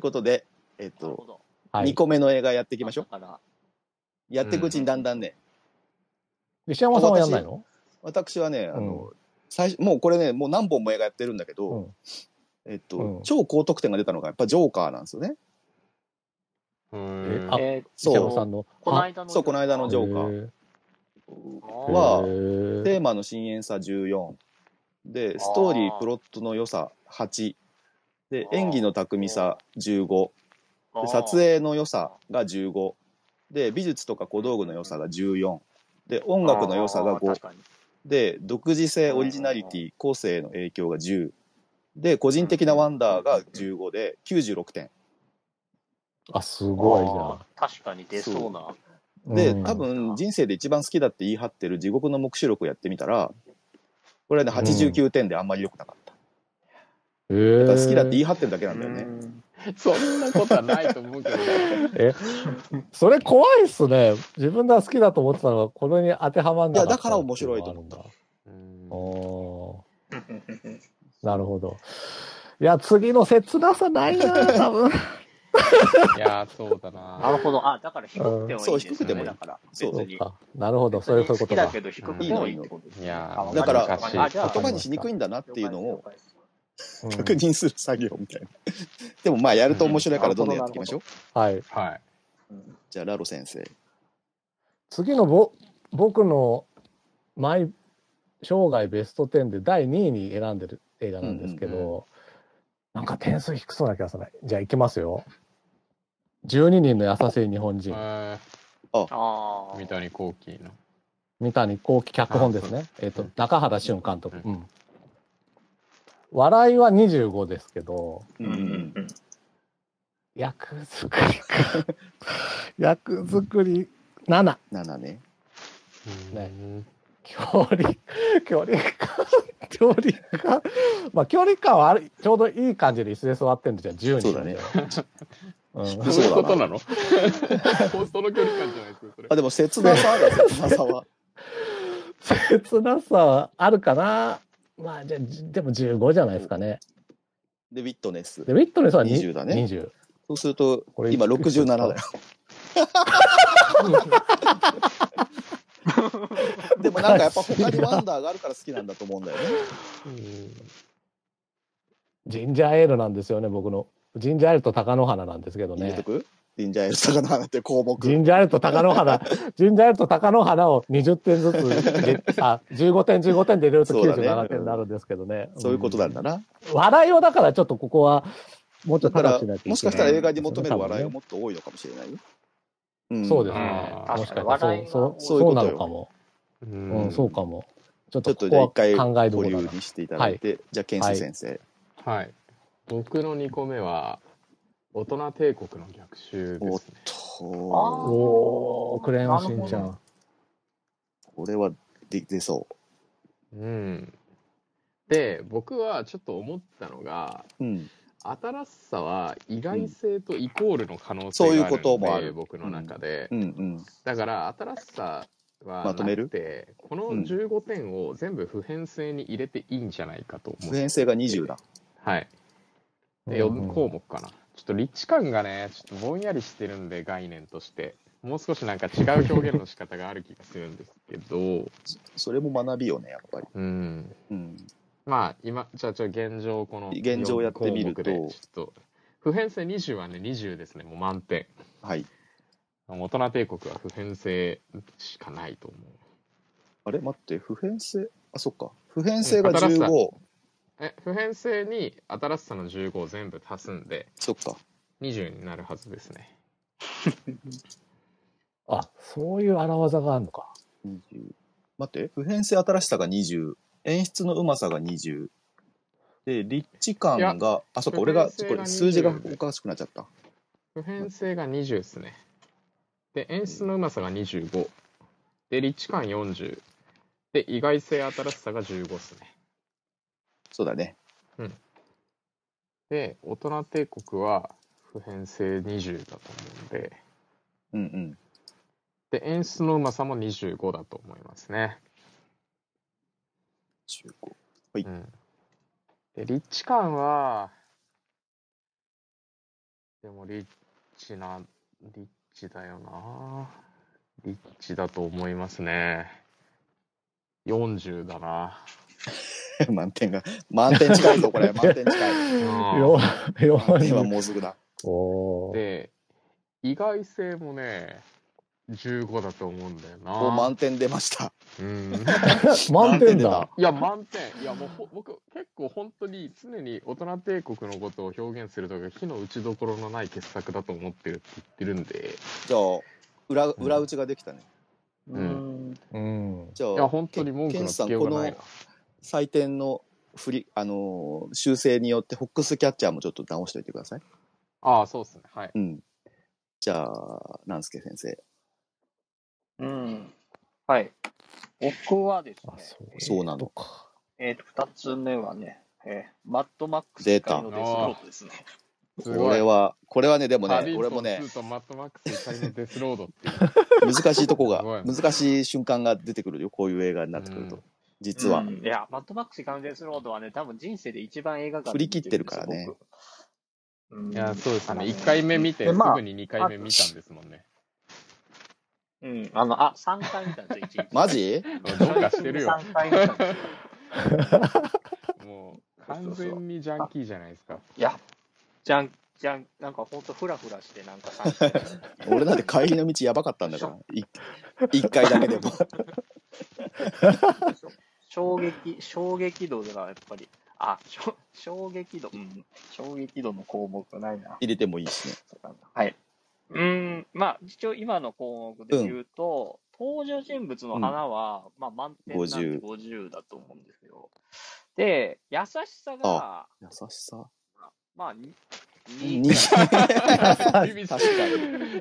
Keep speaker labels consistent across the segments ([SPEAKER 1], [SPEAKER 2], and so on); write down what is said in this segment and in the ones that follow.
[SPEAKER 1] ことで、えっ
[SPEAKER 2] なるほ
[SPEAKER 1] と、
[SPEAKER 2] ど。
[SPEAKER 1] 二
[SPEAKER 3] はい
[SPEAKER 1] 2個目の映画やってい
[SPEAKER 2] 行
[SPEAKER 1] きましょう。
[SPEAKER 2] から
[SPEAKER 1] やっていくうちにだんだんね、
[SPEAKER 3] 石山さんはやんないの
[SPEAKER 1] 私はね、あの、最初、もうこれね、もう何本も映画やってるんだけど、えっと、
[SPEAKER 3] うん
[SPEAKER 1] 超高得点が出たのが、やっぱジョーカーなんですよね。
[SPEAKER 4] う
[SPEAKER 3] え
[SPEAKER 4] ん
[SPEAKER 3] あ
[SPEAKER 2] えー
[SPEAKER 3] 石
[SPEAKER 1] そう
[SPEAKER 3] 山さんの。
[SPEAKER 2] この間の。
[SPEAKER 1] そうこの間のジョーカー
[SPEAKER 2] ー
[SPEAKER 1] は、
[SPEAKER 3] は、
[SPEAKER 1] テーマの深淵さ14。で、ストーリ
[SPEAKER 2] あー
[SPEAKER 1] ー、プロットの良さ8。で、
[SPEAKER 2] あー
[SPEAKER 1] 演技の巧みさ15。で撮影の良さが15。で、美術とか小道具の良さが14。で、音楽の良さが5。で、独自性、オリジナリティ、個性の影響が10。で、個人的なワンダーが15で、96点。
[SPEAKER 3] あ、す
[SPEAKER 2] す
[SPEAKER 3] ごいじゃ
[SPEAKER 2] 確かに出そうな。
[SPEAKER 3] ん。
[SPEAKER 1] で、
[SPEAKER 3] うん
[SPEAKER 1] 多分人生で一番好きだって言い張ってる地獄の目視録をやってみたら、これはね、89点であんまり良くなかった。
[SPEAKER 3] え
[SPEAKER 1] だから好きだって言
[SPEAKER 3] ー
[SPEAKER 1] い張ってるだけなんだよね。
[SPEAKER 4] うんそんなことはないと思うけどね。
[SPEAKER 3] それ怖いっすね。自分が好きだと思ってたのが、これに当てはまんなっ
[SPEAKER 1] い
[SPEAKER 3] た
[SPEAKER 1] やだから面白いと思った
[SPEAKER 3] って
[SPEAKER 4] うん
[SPEAKER 3] いうのがあるんだ。おーなるほど。いや、次の切なさないな、多 分。
[SPEAKER 4] いやー、そうだ
[SPEAKER 2] な
[SPEAKER 4] な。
[SPEAKER 2] るほど。あ、だから低くてもいいんです
[SPEAKER 1] そ
[SPEAKER 2] よ
[SPEAKER 1] う
[SPEAKER 2] ね。
[SPEAKER 1] 低くてもいい
[SPEAKER 2] だから。別
[SPEAKER 1] そう
[SPEAKER 3] そう
[SPEAKER 2] に。
[SPEAKER 3] か。なるほど、そういうそういうこと
[SPEAKER 2] 好きだ
[SPEAKER 3] か。
[SPEAKER 2] けど低くてもいいってことですね
[SPEAKER 4] いや
[SPEAKER 2] あ
[SPEAKER 4] ー、
[SPEAKER 1] だから
[SPEAKER 2] わ
[SPEAKER 4] 難しい。
[SPEAKER 2] あじゃあ
[SPEAKER 1] 言葉にしにくいんだなっていうのを
[SPEAKER 3] うん
[SPEAKER 1] 確認する作業みたいな。 でもまあやると面白いからどんどんやっていきましょう。
[SPEAKER 3] はい。
[SPEAKER 4] はい。
[SPEAKER 1] じゃあラロ先生。
[SPEAKER 3] 次のぼ僕のマイ生涯ベスト10で第2位に選んでる映画なんですけど、
[SPEAKER 4] うんう
[SPEAKER 3] なんか点数低そうな気がするなじゃあいきますよ12人の優しい日本人
[SPEAKER 4] え
[SPEAKER 2] あ
[SPEAKER 4] ー
[SPEAKER 2] あ。
[SPEAKER 4] 三谷幸喜の。
[SPEAKER 3] 三谷幸喜脚本ですねえっ、と中原俊監督、
[SPEAKER 4] う
[SPEAKER 3] うん笑いは25ですけど
[SPEAKER 1] うんうん
[SPEAKER 3] 役作りか役作り7
[SPEAKER 1] うん。7ね。
[SPEAKER 3] ね距離、距離感、距離感。まあ、距離感はあるちょうどいい感じで椅子で座ってるんじゃん、10人。
[SPEAKER 1] そうだね。
[SPEAKER 3] うん、
[SPEAKER 4] どういうことなの その距離感じゃないですか、それ
[SPEAKER 1] あ、。でも切なさだ、切 なさは。
[SPEAKER 3] 切なさはあるかな。まあ、じゃあ、じでも15じゃないですかね。
[SPEAKER 1] で、ウィットネス
[SPEAKER 3] で、。ウィットネスはに
[SPEAKER 1] 20だね
[SPEAKER 3] 20。
[SPEAKER 1] そうすると
[SPEAKER 3] こ、れ
[SPEAKER 1] 今67だ よ。でもなんかやっぱ他にワンダーがあるから好きなんだと思うんだよね。
[SPEAKER 3] ジンジャーエールなんですよね、僕の。ジンジャーエールと高野花なんですけど
[SPEAKER 1] 入れと
[SPEAKER 3] ね。
[SPEAKER 1] くジンジャーエール、魚花っていう項
[SPEAKER 3] ジ
[SPEAKER 1] 目。
[SPEAKER 3] ンジャーエールと高 野花、ジンジャーエールと高野花を20点ずつで、 あ、15点、15点で入れると
[SPEAKER 1] そうだね
[SPEAKER 3] 97点になるんですけどね。
[SPEAKER 1] そういうことなんだな。
[SPEAKER 3] 笑いをだからちょっとここはもうちょ
[SPEAKER 1] だ
[SPEAKER 3] っと
[SPEAKER 1] から
[SPEAKER 3] 高くしないといけない、
[SPEAKER 1] もしかしたら映画に求める笑いは
[SPEAKER 3] も、
[SPEAKER 1] もっと多いのかもしれないよ。うん
[SPEAKER 3] そうです
[SPEAKER 4] ね
[SPEAKER 3] ね、
[SPEAKER 4] うん
[SPEAKER 3] も
[SPEAKER 2] 確
[SPEAKER 3] しかした
[SPEAKER 2] からに
[SPEAKER 3] そう
[SPEAKER 1] そう
[SPEAKER 3] そう
[SPEAKER 1] いう
[SPEAKER 3] そ
[SPEAKER 1] こと
[SPEAKER 3] うな
[SPEAKER 1] よ
[SPEAKER 3] のかも、
[SPEAKER 4] う
[SPEAKER 3] うん
[SPEAKER 4] ん
[SPEAKER 3] そうかもちょっ
[SPEAKER 1] ちょ
[SPEAKER 3] と
[SPEAKER 1] っと
[SPEAKER 3] こ
[SPEAKER 1] じゃあ
[SPEAKER 3] こ
[SPEAKER 1] 一回
[SPEAKER 3] は考えど
[SPEAKER 1] 保
[SPEAKER 3] ころ
[SPEAKER 1] 留
[SPEAKER 3] だな
[SPEAKER 1] にしていただいて、じゃあ健介先生、
[SPEAKER 4] はい。僕の2個目は、大人帝国の逆襲ですね。
[SPEAKER 1] と
[SPEAKER 2] あ
[SPEAKER 3] おークレヨンしんちゃ
[SPEAKER 2] なる
[SPEAKER 3] ん
[SPEAKER 1] これはで出そ
[SPEAKER 4] うん。で、僕はちょっと思ったのが、
[SPEAKER 1] う、うん、
[SPEAKER 4] 新しさは意外性とイコールの可能
[SPEAKER 1] そう
[SPEAKER 4] 性
[SPEAKER 1] いう
[SPEAKER 4] がある
[SPEAKER 1] こ
[SPEAKER 4] ので、
[SPEAKER 1] ともある
[SPEAKER 4] 僕の中で、
[SPEAKER 1] うんうん
[SPEAKER 4] だから新しさはな
[SPEAKER 1] まとめる
[SPEAKER 4] くて、この15点を全部普遍性に入れていいんじゃないかと思
[SPEAKER 1] 普
[SPEAKER 4] う、
[SPEAKER 1] 遍性が20だ
[SPEAKER 4] はいで
[SPEAKER 3] うんうん
[SPEAKER 4] 4項目かな、ちょっと立地感がねちょっとぼんやりしてるんで概念としてもう少しなんか違う表現の仕方がある気がするんですけど
[SPEAKER 1] それも学びよねやっぱり、
[SPEAKER 4] うん
[SPEAKER 1] うん、
[SPEAKER 4] まあ今じゃあちょっと現状この
[SPEAKER 1] 現状やってみると
[SPEAKER 4] 4項目でちょっと普遍性20はね20ですねもう満点
[SPEAKER 1] はい
[SPEAKER 4] 大人帝国は普遍性しかないと思う
[SPEAKER 1] あれ待って普遍性あそっか普遍性が
[SPEAKER 4] うん新しさ
[SPEAKER 1] 15
[SPEAKER 4] え普遍性に新しさの15を全部足すんで
[SPEAKER 1] そっか
[SPEAKER 4] 20になるはずですね
[SPEAKER 3] あそういう荒技があるのか
[SPEAKER 1] 20待って普遍性新しさが20演出のうまさが20で立地感
[SPEAKER 4] い
[SPEAKER 1] があそっか俺が
[SPEAKER 4] 普遍性が
[SPEAKER 1] これ数字が
[SPEAKER 4] 20
[SPEAKER 1] おかしくなっちゃった
[SPEAKER 4] 普遍性が20ですねで演出のうまさが25で立地感40で意外性新しさが15ですね
[SPEAKER 1] そうだね
[SPEAKER 4] で大人帝国は普遍性20だと思うんで
[SPEAKER 1] うんうん
[SPEAKER 4] で演出のうまさも25だと思いますね
[SPEAKER 1] 15
[SPEAKER 4] うんで立地感はでもリッチな、リッチだよな。リッチだと思いますね。40だな。
[SPEAKER 1] 満点が。満点近いぞ、これ。満点近い。
[SPEAKER 4] うん
[SPEAKER 3] よ、よ、
[SPEAKER 1] 満点はもうすぐだ。
[SPEAKER 3] おー
[SPEAKER 4] で、意外性もね、15だと思うんだよ
[SPEAKER 1] お
[SPEAKER 4] な。
[SPEAKER 1] 満点出ました。
[SPEAKER 4] うん、
[SPEAKER 3] 満点だ。
[SPEAKER 4] いや、満点。いや、もうほ僕、結構本当に常に大人帝国のことを表現するとき、火の打ちどころのない傑作だと思ってるって言ってるんで、
[SPEAKER 1] じゃあ、裏、裏打ちができたね。
[SPEAKER 2] う
[SPEAKER 4] うん
[SPEAKER 2] ん。
[SPEAKER 3] うん。
[SPEAKER 1] じゃあ、
[SPEAKER 4] いや、本当に文句
[SPEAKER 1] ケン
[SPEAKER 4] の
[SPEAKER 1] スさ
[SPEAKER 4] つ
[SPEAKER 1] ん、
[SPEAKER 4] けよ
[SPEAKER 1] こ
[SPEAKER 4] うがない
[SPEAKER 1] の
[SPEAKER 4] な。
[SPEAKER 1] 採点の振り、あのー修正によって、ホックスキャッチャーもちょっと直しておいてください。
[SPEAKER 4] ああ、そうですね。はい。
[SPEAKER 1] うん。じゃあ、なんすけ先生。
[SPEAKER 2] うん。はい。僕はです
[SPEAKER 3] あ、
[SPEAKER 2] ね、
[SPEAKER 3] そう
[SPEAKER 1] そうなの
[SPEAKER 3] か。
[SPEAKER 2] えっ、と、二つ目はね、えーマッドマックス
[SPEAKER 1] 出た
[SPEAKER 2] 光のデスロードですね。
[SPEAKER 4] す
[SPEAKER 1] これは、これはね、でも
[SPEAKER 4] パディ
[SPEAKER 1] ね、
[SPEAKER 4] ン
[SPEAKER 1] 俺
[SPEAKER 4] ト
[SPEAKER 1] も
[SPEAKER 4] ン
[SPEAKER 1] ね、
[SPEAKER 4] 2とマットマックス光のデスロードっていう。
[SPEAKER 1] 難しいとこが
[SPEAKER 4] すご、い
[SPEAKER 1] 難しい瞬間が出てくるよ、こういう映画になってくる
[SPEAKER 4] う
[SPEAKER 1] と
[SPEAKER 4] ん。
[SPEAKER 1] 実は。
[SPEAKER 2] うんいや、マッドマックス光のデスロードはね、多分人生で一番映画館
[SPEAKER 1] 振り切ってるからね
[SPEAKER 2] に見てるんですよ。僕うん
[SPEAKER 4] いや、そうです
[SPEAKER 2] あ の
[SPEAKER 4] ね。1回目見て、
[SPEAKER 2] ですまあ
[SPEAKER 4] ぐに2回目見たんですもんね。
[SPEAKER 2] うん、あの、あ、3回見たんですよ、1 日。
[SPEAKER 1] マジ
[SPEAKER 4] どうかしてるよ。
[SPEAKER 2] 3回見たんですよ
[SPEAKER 4] もう、完全にジャンキーじゃないですか。
[SPEAKER 2] いや、じゃん、じゃん、なんかほんとフラフラして、なんか3 回
[SPEAKER 1] 俺なんて帰りの道やばかったんだから、い一回だけでも。
[SPEAKER 2] 衝撃、衝撃度がやっぱり、あ、しょ衝撃度、うん、衝撃度の項目ないな。
[SPEAKER 1] 入れてもいいしね。
[SPEAKER 2] はい。うーん、まあ、一応今の項目で言うと、登場人物の花は、まあ、満点なんで
[SPEAKER 1] 50
[SPEAKER 2] 50だと思うんですよ。で、優しさが、
[SPEAKER 1] 優しさ。
[SPEAKER 2] まあ、に に
[SPEAKER 1] に
[SPEAKER 4] 厳しい
[SPEAKER 1] 確か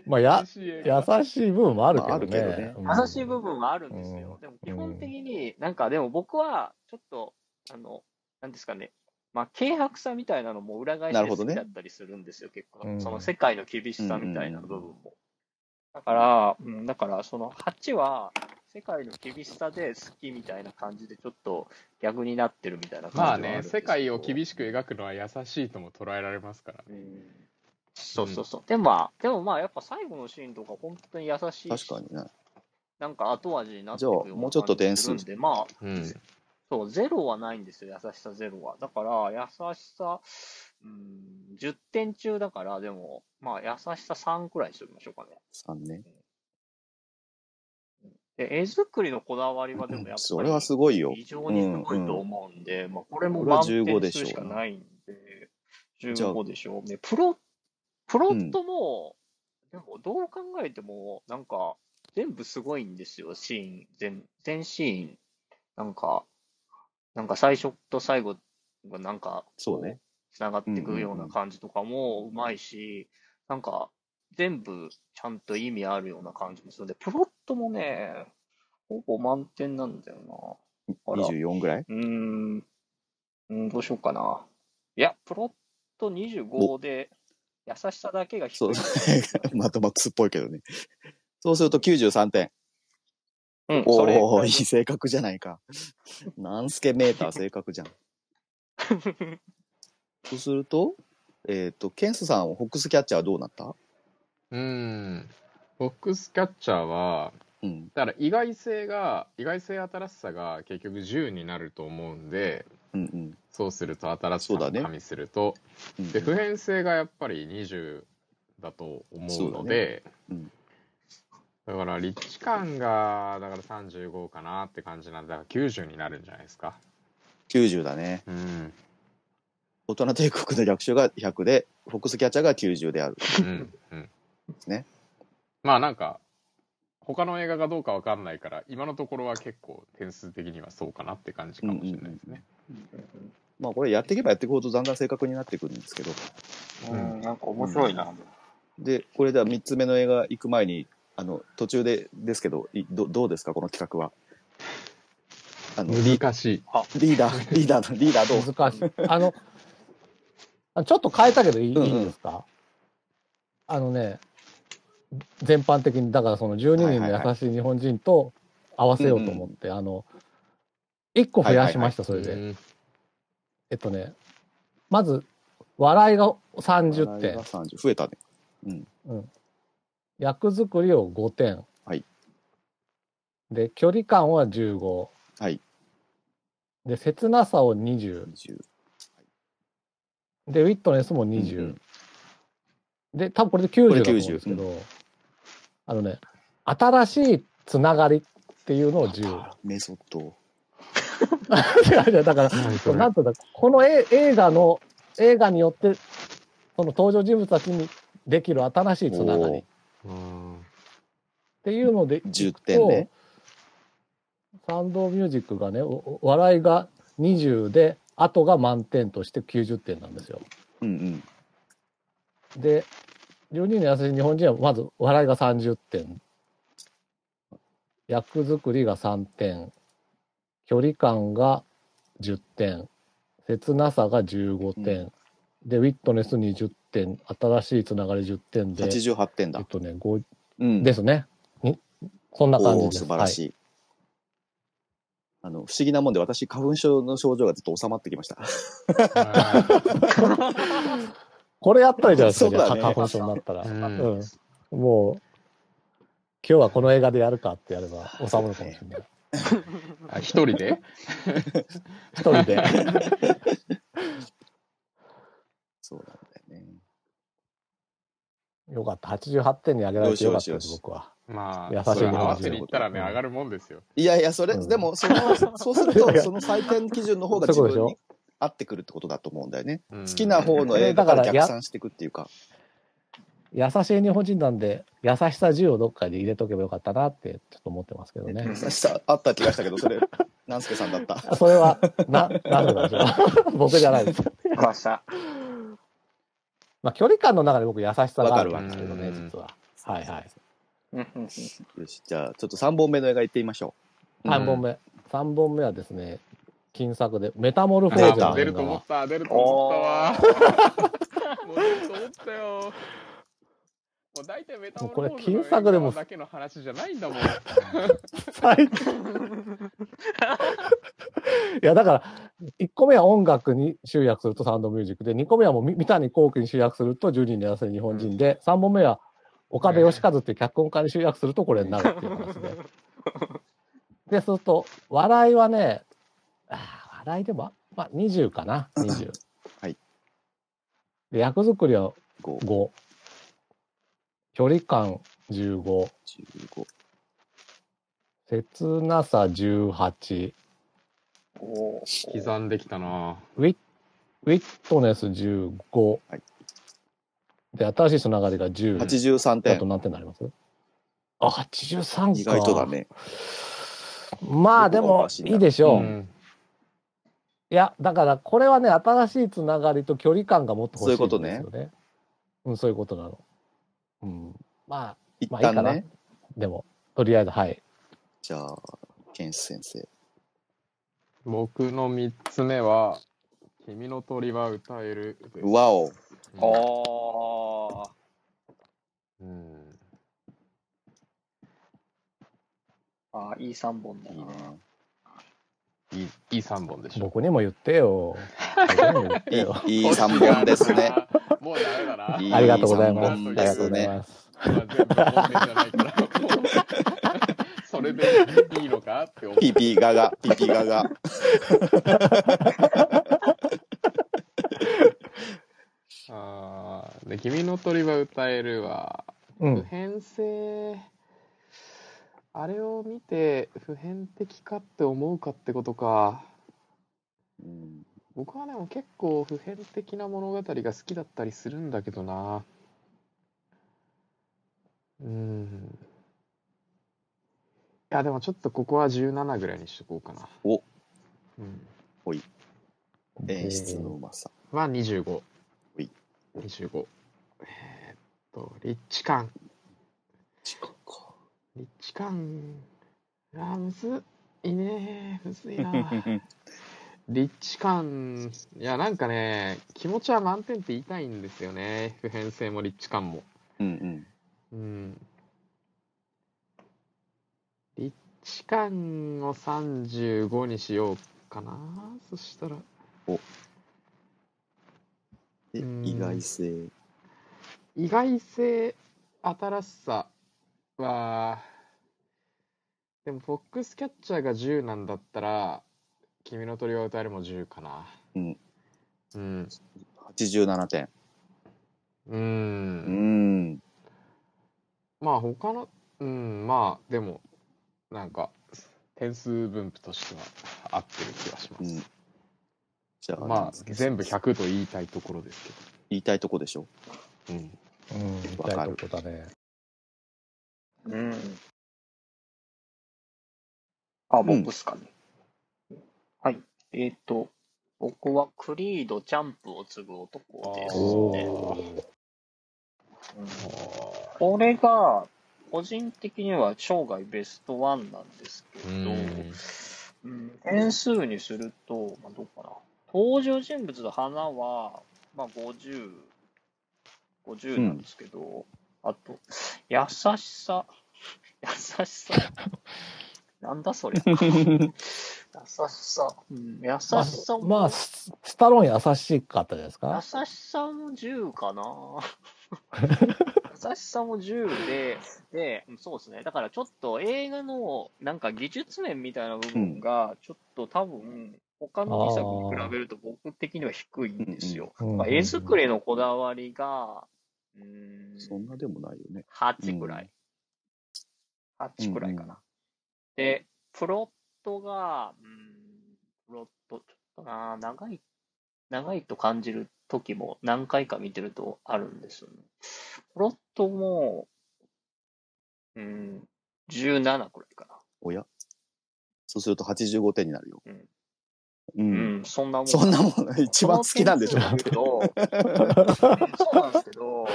[SPEAKER 3] まあ、や、
[SPEAKER 4] 優
[SPEAKER 3] 優しい部分もある
[SPEAKER 1] まああ
[SPEAKER 3] け
[SPEAKER 1] る
[SPEAKER 3] ど
[SPEAKER 1] けど
[SPEAKER 3] ね
[SPEAKER 1] ね。
[SPEAKER 3] うん
[SPEAKER 2] 優しい部分はあるんですよ。
[SPEAKER 3] うん
[SPEAKER 2] でも基本的に、なんかでも僕は、ちょっと、あの、なんですかね、まあ、軽薄さみたいなのも裏返し
[SPEAKER 1] な
[SPEAKER 2] て
[SPEAKER 1] るほど
[SPEAKER 2] 好
[SPEAKER 1] ね
[SPEAKER 2] きだったりするんですよ、結構。
[SPEAKER 3] うん
[SPEAKER 2] その世界の厳しさみたいな部分も。だから、うん、だから、その8は、世界の厳しさで好きみたいな感じで、ちょっと逆になってるみたいな感じ
[SPEAKER 4] まあ
[SPEAKER 2] はるん
[SPEAKER 4] ね、
[SPEAKER 2] ですけ
[SPEAKER 4] 世
[SPEAKER 2] ど
[SPEAKER 4] 界を厳しく描くのは優しいとも捉えられますからね。
[SPEAKER 2] うんそうそうそう。でもまあ、でもまあ、やっぱ最後のシーンとか本当に優しいし
[SPEAKER 1] 確かにね。
[SPEAKER 2] なんか後味になって
[SPEAKER 1] じゃあもうちょっと点数
[SPEAKER 2] くるんで、まあ、
[SPEAKER 4] うん。
[SPEAKER 2] そう、ゼロはないんですよ、優しさゼロは。だから、優しさ、うん、10点中だから、でも、まあ、優しさ3くらいにしておきましょうかね。
[SPEAKER 1] 3ね。
[SPEAKER 2] で、絵作りのこだわりは、でもやっぱり、
[SPEAKER 1] それはすごいよ。
[SPEAKER 2] 非常にすごいと思うんで、まあ、これも
[SPEAKER 1] これは
[SPEAKER 2] 満
[SPEAKER 1] 15
[SPEAKER 2] 点
[SPEAKER 1] でしょう
[SPEAKER 2] 数しかないんで、
[SPEAKER 1] じゃあ
[SPEAKER 2] 15でしょうね。プロ、プロットも、でも、どう考えても、なんか、全部すごいんですよ、シーン、全、全シーン。なんか、なんか最初と最後がなんか、
[SPEAKER 1] そうね。
[SPEAKER 2] つながっていくような感じとかもうまいし、なんか全部ちゃんと意味あるような感じもするんで、プロットもね、ほぼ満点なんだよな。だから
[SPEAKER 1] 24ぐらいう
[SPEAKER 2] ーん、うん、どうしようかな。いや、プロット25で、優しさだけが低
[SPEAKER 1] そ。。
[SPEAKER 2] いう
[SPEAKER 1] マットマックスっぽいけどね。そうすると93点。
[SPEAKER 2] うん、それ
[SPEAKER 1] おおいい性格じゃないか。なんすけメーター性格じ ゃん。そうすると、えっ、と、ケンスさん、ホックスキャッチャーはどうなった
[SPEAKER 4] うん。ボックスキャッチャーは、
[SPEAKER 1] うん。
[SPEAKER 4] だから意外性が、意外性新しさが結局10になると思うんで、
[SPEAKER 1] うんうん
[SPEAKER 4] そうすると新しさ
[SPEAKER 1] そ
[SPEAKER 4] を
[SPEAKER 1] うだね
[SPEAKER 4] 加味すると、
[SPEAKER 1] うん
[SPEAKER 4] で普遍性がやっぱり20だと思うので
[SPEAKER 1] そうだね
[SPEAKER 4] だから立地感がだから35かなって感じなんでだから90になるんじゃないですか
[SPEAKER 1] 90だね。
[SPEAKER 4] うん、
[SPEAKER 1] 大人帝国の逆襲が100で、フォックスキャッチャーが90である。
[SPEAKER 4] うんうん
[SPEAKER 1] ね
[SPEAKER 4] まあなんか他の映画がどうかわかんないから今のところは結構点数的にはそうかなって感じかもしれないですね、
[SPEAKER 1] まあこれやっていけばやっていくほどだんだん正確になってくるんですけど。
[SPEAKER 2] うん、なんか面白いな。
[SPEAKER 1] で、これでは3つ目の映画行く前に、あの、途中でですけど、いどどうですかこの企画は。あの、リ
[SPEAKER 4] 難しい
[SPEAKER 1] ーダー、リーダーの、リーダーどう
[SPEAKER 3] 難しい。あの、あちょっと変えたけどいい,、
[SPEAKER 1] うんうん
[SPEAKER 3] いいですかあのね、全般的に、だからその12人
[SPEAKER 1] はいはい
[SPEAKER 3] の
[SPEAKER 1] は
[SPEAKER 3] 優しい日本人と合わせようと思って、あの、1個増やしました、それで。
[SPEAKER 4] うん
[SPEAKER 3] えっとね、まず、笑いが30
[SPEAKER 1] 笑い
[SPEAKER 3] 点
[SPEAKER 1] が。30増えたね。
[SPEAKER 3] 役作りを5点。
[SPEAKER 1] はい
[SPEAKER 3] で、距離感は15。
[SPEAKER 1] はい
[SPEAKER 3] で、切なさを20。
[SPEAKER 1] 20
[SPEAKER 3] で、ウィットネスも20。
[SPEAKER 1] うん
[SPEAKER 3] で、多分これで90
[SPEAKER 1] これ
[SPEAKER 3] だと思うんですけ
[SPEAKER 1] 90
[SPEAKER 3] ど、あのね、新しいつながりっていうのを10。
[SPEAKER 1] メソッド。
[SPEAKER 3] いやいや だから、
[SPEAKER 4] 何それ
[SPEAKER 3] なんとだ、この絵映画の、映画によって、その登場人物たちにできる新しいつながりっ
[SPEAKER 4] うん
[SPEAKER 3] ていうのでいくと、
[SPEAKER 1] 10点ね。
[SPEAKER 3] サンドミュージックがね、おお笑いが20で、後が満点として90点なんですよ。
[SPEAKER 1] うんうん。
[SPEAKER 3] で、12人の優しい日本人はまず笑いが30点。役作りが3点。距離感が10点。切なさが15点。で、ウィットネス20点。新しいつながり10点で。
[SPEAKER 1] 88点
[SPEAKER 3] えっ
[SPEAKER 1] だ。
[SPEAKER 3] とね、ご
[SPEAKER 1] うん。
[SPEAKER 3] ですね。にそんな感じ
[SPEAKER 1] おー
[SPEAKER 3] です。
[SPEAKER 1] 素晴らしい。あの、不思議なもんで、私、花粉症の症状がずっと収まってきました。
[SPEAKER 3] これやったらいいじゃないですか、
[SPEAKER 1] そうだね
[SPEAKER 3] じゃあ花粉症になったら。
[SPEAKER 4] う
[SPEAKER 3] う
[SPEAKER 4] ん
[SPEAKER 3] ん。もう、今日はこの映画でやるかってやれば収まるかもしれない。
[SPEAKER 4] あ一人で
[SPEAKER 3] 一人で。
[SPEAKER 1] そうなんだよね。
[SPEAKER 3] よかった。88点に上げられてよかった
[SPEAKER 1] よ
[SPEAKER 3] で
[SPEAKER 1] し
[SPEAKER 3] す、
[SPEAKER 1] よしよし
[SPEAKER 3] 僕は。
[SPEAKER 4] ま
[SPEAKER 3] 優しい
[SPEAKER 4] あ、それ合わ
[SPEAKER 1] 日本人
[SPEAKER 4] せに行ったらね、
[SPEAKER 3] うん
[SPEAKER 4] 上がるもんですよ。
[SPEAKER 1] いやいや、それ、
[SPEAKER 3] うん
[SPEAKER 1] でも、その、そうする
[SPEAKER 3] いやい
[SPEAKER 1] と、
[SPEAKER 3] や
[SPEAKER 1] その採点基準の方が
[SPEAKER 3] そういう
[SPEAKER 1] 自
[SPEAKER 3] ことでし
[SPEAKER 1] 分
[SPEAKER 3] ょ
[SPEAKER 1] に合ってくるってことだと思うんだよね。
[SPEAKER 4] 好
[SPEAKER 1] 好きな方の映画から逆算していくっていうか。
[SPEAKER 3] 優しい日本人なんで、優しさ10をどっかで入れとけばよかったなって、ちょっと思ってますけどね
[SPEAKER 1] 優。しさあった気がしたけど、それ、南助さんだった。
[SPEAKER 3] それは、な、なんでなんでしょう。僕じゃないです。
[SPEAKER 2] わした。
[SPEAKER 3] まあ、距離感の中で僕優しさがある
[SPEAKER 1] わ
[SPEAKER 4] かるわ
[SPEAKER 3] んですけどね、
[SPEAKER 4] うん
[SPEAKER 3] 実は。はいはい。
[SPEAKER 2] うんうんうん
[SPEAKER 1] よし、じゃあ、ちょっと3本目の映画行ってみましょ
[SPEAKER 4] うん
[SPEAKER 3] 3本目。3本目はですね、金作で、メタモルフォーゼ
[SPEAKER 4] あ
[SPEAKER 3] の
[SPEAKER 4] 出
[SPEAKER 3] 映
[SPEAKER 4] ると
[SPEAKER 3] 画
[SPEAKER 4] 思
[SPEAKER 3] は
[SPEAKER 4] っ。た、出ると思ったわ。もう出ると思ったよ。もう大体メタモル
[SPEAKER 3] も
[SPEAKER 4] フォーズの
[SPEAKER 3] うこれ金作でも
[SPEAKER 4] 映画だけの話じゃないんだもん。
[SPEAKER 3] 最近いやだから1個目は音楽に集約するとサウンドミュージックで2個目はもうみ三谷幸喜に集約すると10人に合わせる日本人で、3本目は岡部義和っていう脚本家に集約するとこれになるっていう話で。でそうすると笑いはねあー笑いでも、まあ、20かな20。
[SPEAKER 1] はい
[SPEAKER 3] で役作りは
[SPEAKER 1] う。5、
[SPEAKER 3] 5距離感15。
[SPEAKER 1] 15。
[SPEAKER 3] 切なさ18、
[SPEAKER 2] おー
[SPEAKER 4] 刻んできたな
[SPEAKER 3] ウィットネス15、
[SPEAKER 1] はい
[SPEAKER 3] で、新しいつながりが10、
[SPEAKER 1] 83
[SPEAKER 3] だ
[SPEAKER 1] 点
[SPEAKER 3] と。何点になりますあ、83か。
[SPEAKER 1] 意外とだ。ね。
[SPEAKER 3] まあで
[SPEAKER 1] どこがお
[SPEAKER 3] も
[SPEAKER 1] かしいんだろう
[SPEAKER 3] いいでしょう。
[SPEAKER 1] う
[SPEAKER 3] いや、だからこれはね、新しいつながりと距離感がもっと欲しいんです
[SPEAKER 1] そうい
[SPEAKER 3] よね。
[SPEAKER 1] う
[SPEAKER 3] ね。うん、そういうことなの。うん。まあ、
[SPEAKER 1] 一
[SPEAKER 3] まあいい
[SPEAKER 1] 旦
[SPEAKER 3] かな
[SPEAKER 1] ね。
[SPEAKER 3] でも、とりあえず、はい。
[SPEAKER 1] じゃあ、ケンス先生。
[SPEAKER 4] 僕の3つ目は、君の鳥は歌えるです。
[SPEAKER 1] わお。
[SPEAKER 2] あー
[SPEAKER 4] うん
[SPEAKER 2] あー、いい3本だ
[SPEAKER 1] いい
[SPEAKER 2] な
[SPEAKER 1] ね。。
[SPEAKER 4] いいいい3本でしょ。
[SPEAKER 3] 僕にも言ってよ。僕にも言ってよ。
[SPEAKER 1] いい、いい3本ですね。。
[SPEAKER 4] もうダメだ な。
[SPEAKER 1] いい
[SPEAKER 3] ありがとうございます。
[SPEAKER 4] いい三
[SPEAKER 3] あ
[SPEAKER 4] 本
[SPEAKER 3] りがとうございます。
[SPEAKER 4] まあ全部本命じゃない からもうそれでいいのかって思う。
[SPEAKER 1] ピーピーガガ、ピーピーガガ。
[SPEAKER 4] あーで君の鳥は歌えるは
[SPEAKER 3] う
[SPEAKER 4] 普
[SPEAKER 3] ん。
[SPEAKER 4] 遍性、あれを見て普遍的かって思うかってことか
[SPEAKER 1] うん
[SPEAKER 4] 僕はでも結構普遍的な物語が好きだったりするんだけどなうんいやでもちょっとここは17ぐらいにしとこうかな
[SPEAKER 1] お
[SPEAKER 4] うん
[SPEAKER 1] 演出のうまさ。
[SPEAKER 4] は25
[SPEAKER 1] い
[SPEAKER 4] 25えーっとリッチ感
[SPEAKER 1] 近く
[SPEAKER 4] リッチ感あーむずいねむずい なリッチ感いやなんかね気持ちは満点って言いたいんですよね普遍性もリッチ感も
[SPEAKER 1] うんうん。
[SPEAKER 4] うんリッチ感を35にしようかなそしたら
[SPEAKER 1] おで
[SPEAKER 4] うん
[SPEAKER 1] 意外性
[SPEAKER 4] 意外性、新しさは、でも、フォックスキャッチャーが10なんだったら、君の鳥は歌えるも10かな。
[SPEAKER 1] うん。
[SPEAKER 4] うん。
[SPEAKER 1] 87点う
[SPEAKER 4] う。
[SPEAKER 1] んん
[SPEAKER 4] まあ、他の、うん、まあ、でも、なんか、点数分布としては合ってる気がしま
[SPEAKER 1] う
[SPEAKER 4] す
[SPEAKER 1] ん。じゃあ
[SPEAKER 4] まあ、全部
[SPEAKER 1] 100
[SPEAKER 4] 100と言いたいところです
[SPEAKER 1] 言いたいとこでしょ
[SPEAKER 4] けど。うん。
[SPEAKER 3] うん、みたいとこだね。
[SPEAKER 2] うん。あ、僕っすかね。はい。えっ、と、僕はクリード、ジャンプを継ぐ男ですね。
[SPEAKER 4] お
[SPEAKER 2] うん
[SPEAKER 4] ー
[SPEAKER 2] これが、個人的には生涯ベストワンなんですけど、
[SPEAKER 4] うん
[SPEAKER 2] うん点数にすると、まあ、どうかな。登場人物の花は、まあ、50、50なんですけど、あと、優しさ、優しさ、なんだそりゃ。優しさ、うん、優し
[SPEAKER 3] まあ
[SPEAKER 2] さ、も、
[SPEAKER 3] まあススタローン優しかったじゃないですか。
[SPEAKER 2] 優しさも10かな 優しさも10で、で、うんそうですね。だからちょっと映画のなんか技術面みたいな部分が、ちょっと多分、他の2作に比べると僕的には低いんですよ。
[SPEAKER 3] うん
[SPEAKER 2] まあ、絵作りのこだわりが、うーん、
[SPEAKER 1] そんなでもないよね
[SPEAKER 2] 8くらい。8くらいかな。
[SPEAKER 1] うんうん
[SPEAKER 2] で、プロットが、うん、プロット、ちょっとな、長い、長いと感じる時も何回か見てるとあるんですよね。プロットも、うん、17くらいか
[SPEAKER 1] おやそうすると85点になるよ
[SPEAKER 2] うん
[SPEAKER 1] う
[SPEAKER 2] な。うんん、そんなもん。
[SPEAKER 1] そんなもん一番好きなんでしょ
[SPEAKER 2] この点数だ けどそうなんですけど、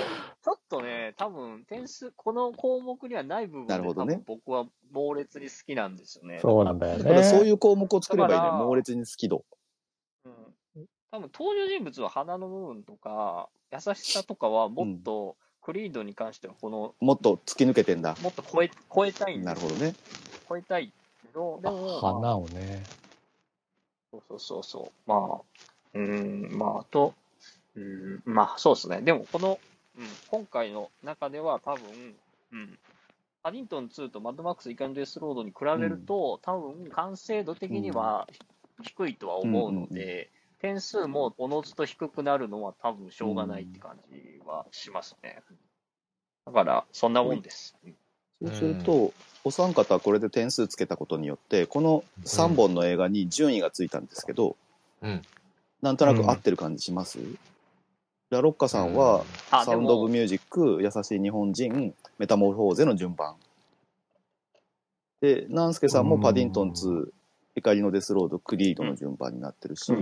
[SPEAKER 2] ちょっとね、多分点数、この項目にはない部分で、
[SPEAKER 1] なるほどね
[SPEAKER 2] 多分僕は猛烈に好きなんですよね。
[SPEAKER 3] そうなんだよ
[SPEAKER 1] だから
[SPEAKER 3] ね。
[SPEAKER 1] そういう項目を作ればいい
[SPEAKER 2] だ
[SPEAKER 1] ね
[SPEAKER 2] から
[SPEAKER 1] 猛烈に好き度
[SPEAKER 2] うん多分登場人物は鼻の部分とか優しさとかはもっとクリードに関してはこの、
[SPEAKER 1] もっと突き抜けてんだ
[SPEAKER 2] もっと超え超えたいん で
[SPEAKER 1] な
[SPEAKER 2] す
[SPEAKER 1] るほどね
[SPEAKER 2] 超えたいけどでもまあ
[SPEAKER 3] 花をね。
[SPEAKER 2] そうそうそうそうまあうーんまああとうーんまあそうですねでもこの、うん、今回の中では多分うんパディントン2とマッドマックス・イカンデス・ロードに比べると、多分完成度的には低いとは思うので、
[SPEAKER 1] うん
[SPEAKER 2] 点数もおのずと低くなるのは多分しょうがないって感じはしますね。だから、そんなもんです。
[SPEAKER 1] そうするとお三方はこれで点数つけたことによってこの3本の映画に順位がついたんですけど
[SPEAKER 4] うん
[SPEAKER 1] なんとなく合ってる感じしますラロッカさんは
[SPEAKER 2] あ、
[SPEAKER 1] サ
[SPEAKER 2] で
[SPEAKER 1] ウンド・オ
[SPEAKER 2] も
[SPEAKER 1] ブ・、ミュージック、優しい日本人、メタモルフォーゼの順番。で、南助さんもパディントン2、怒りのデスロード、クリードの順番になってるし、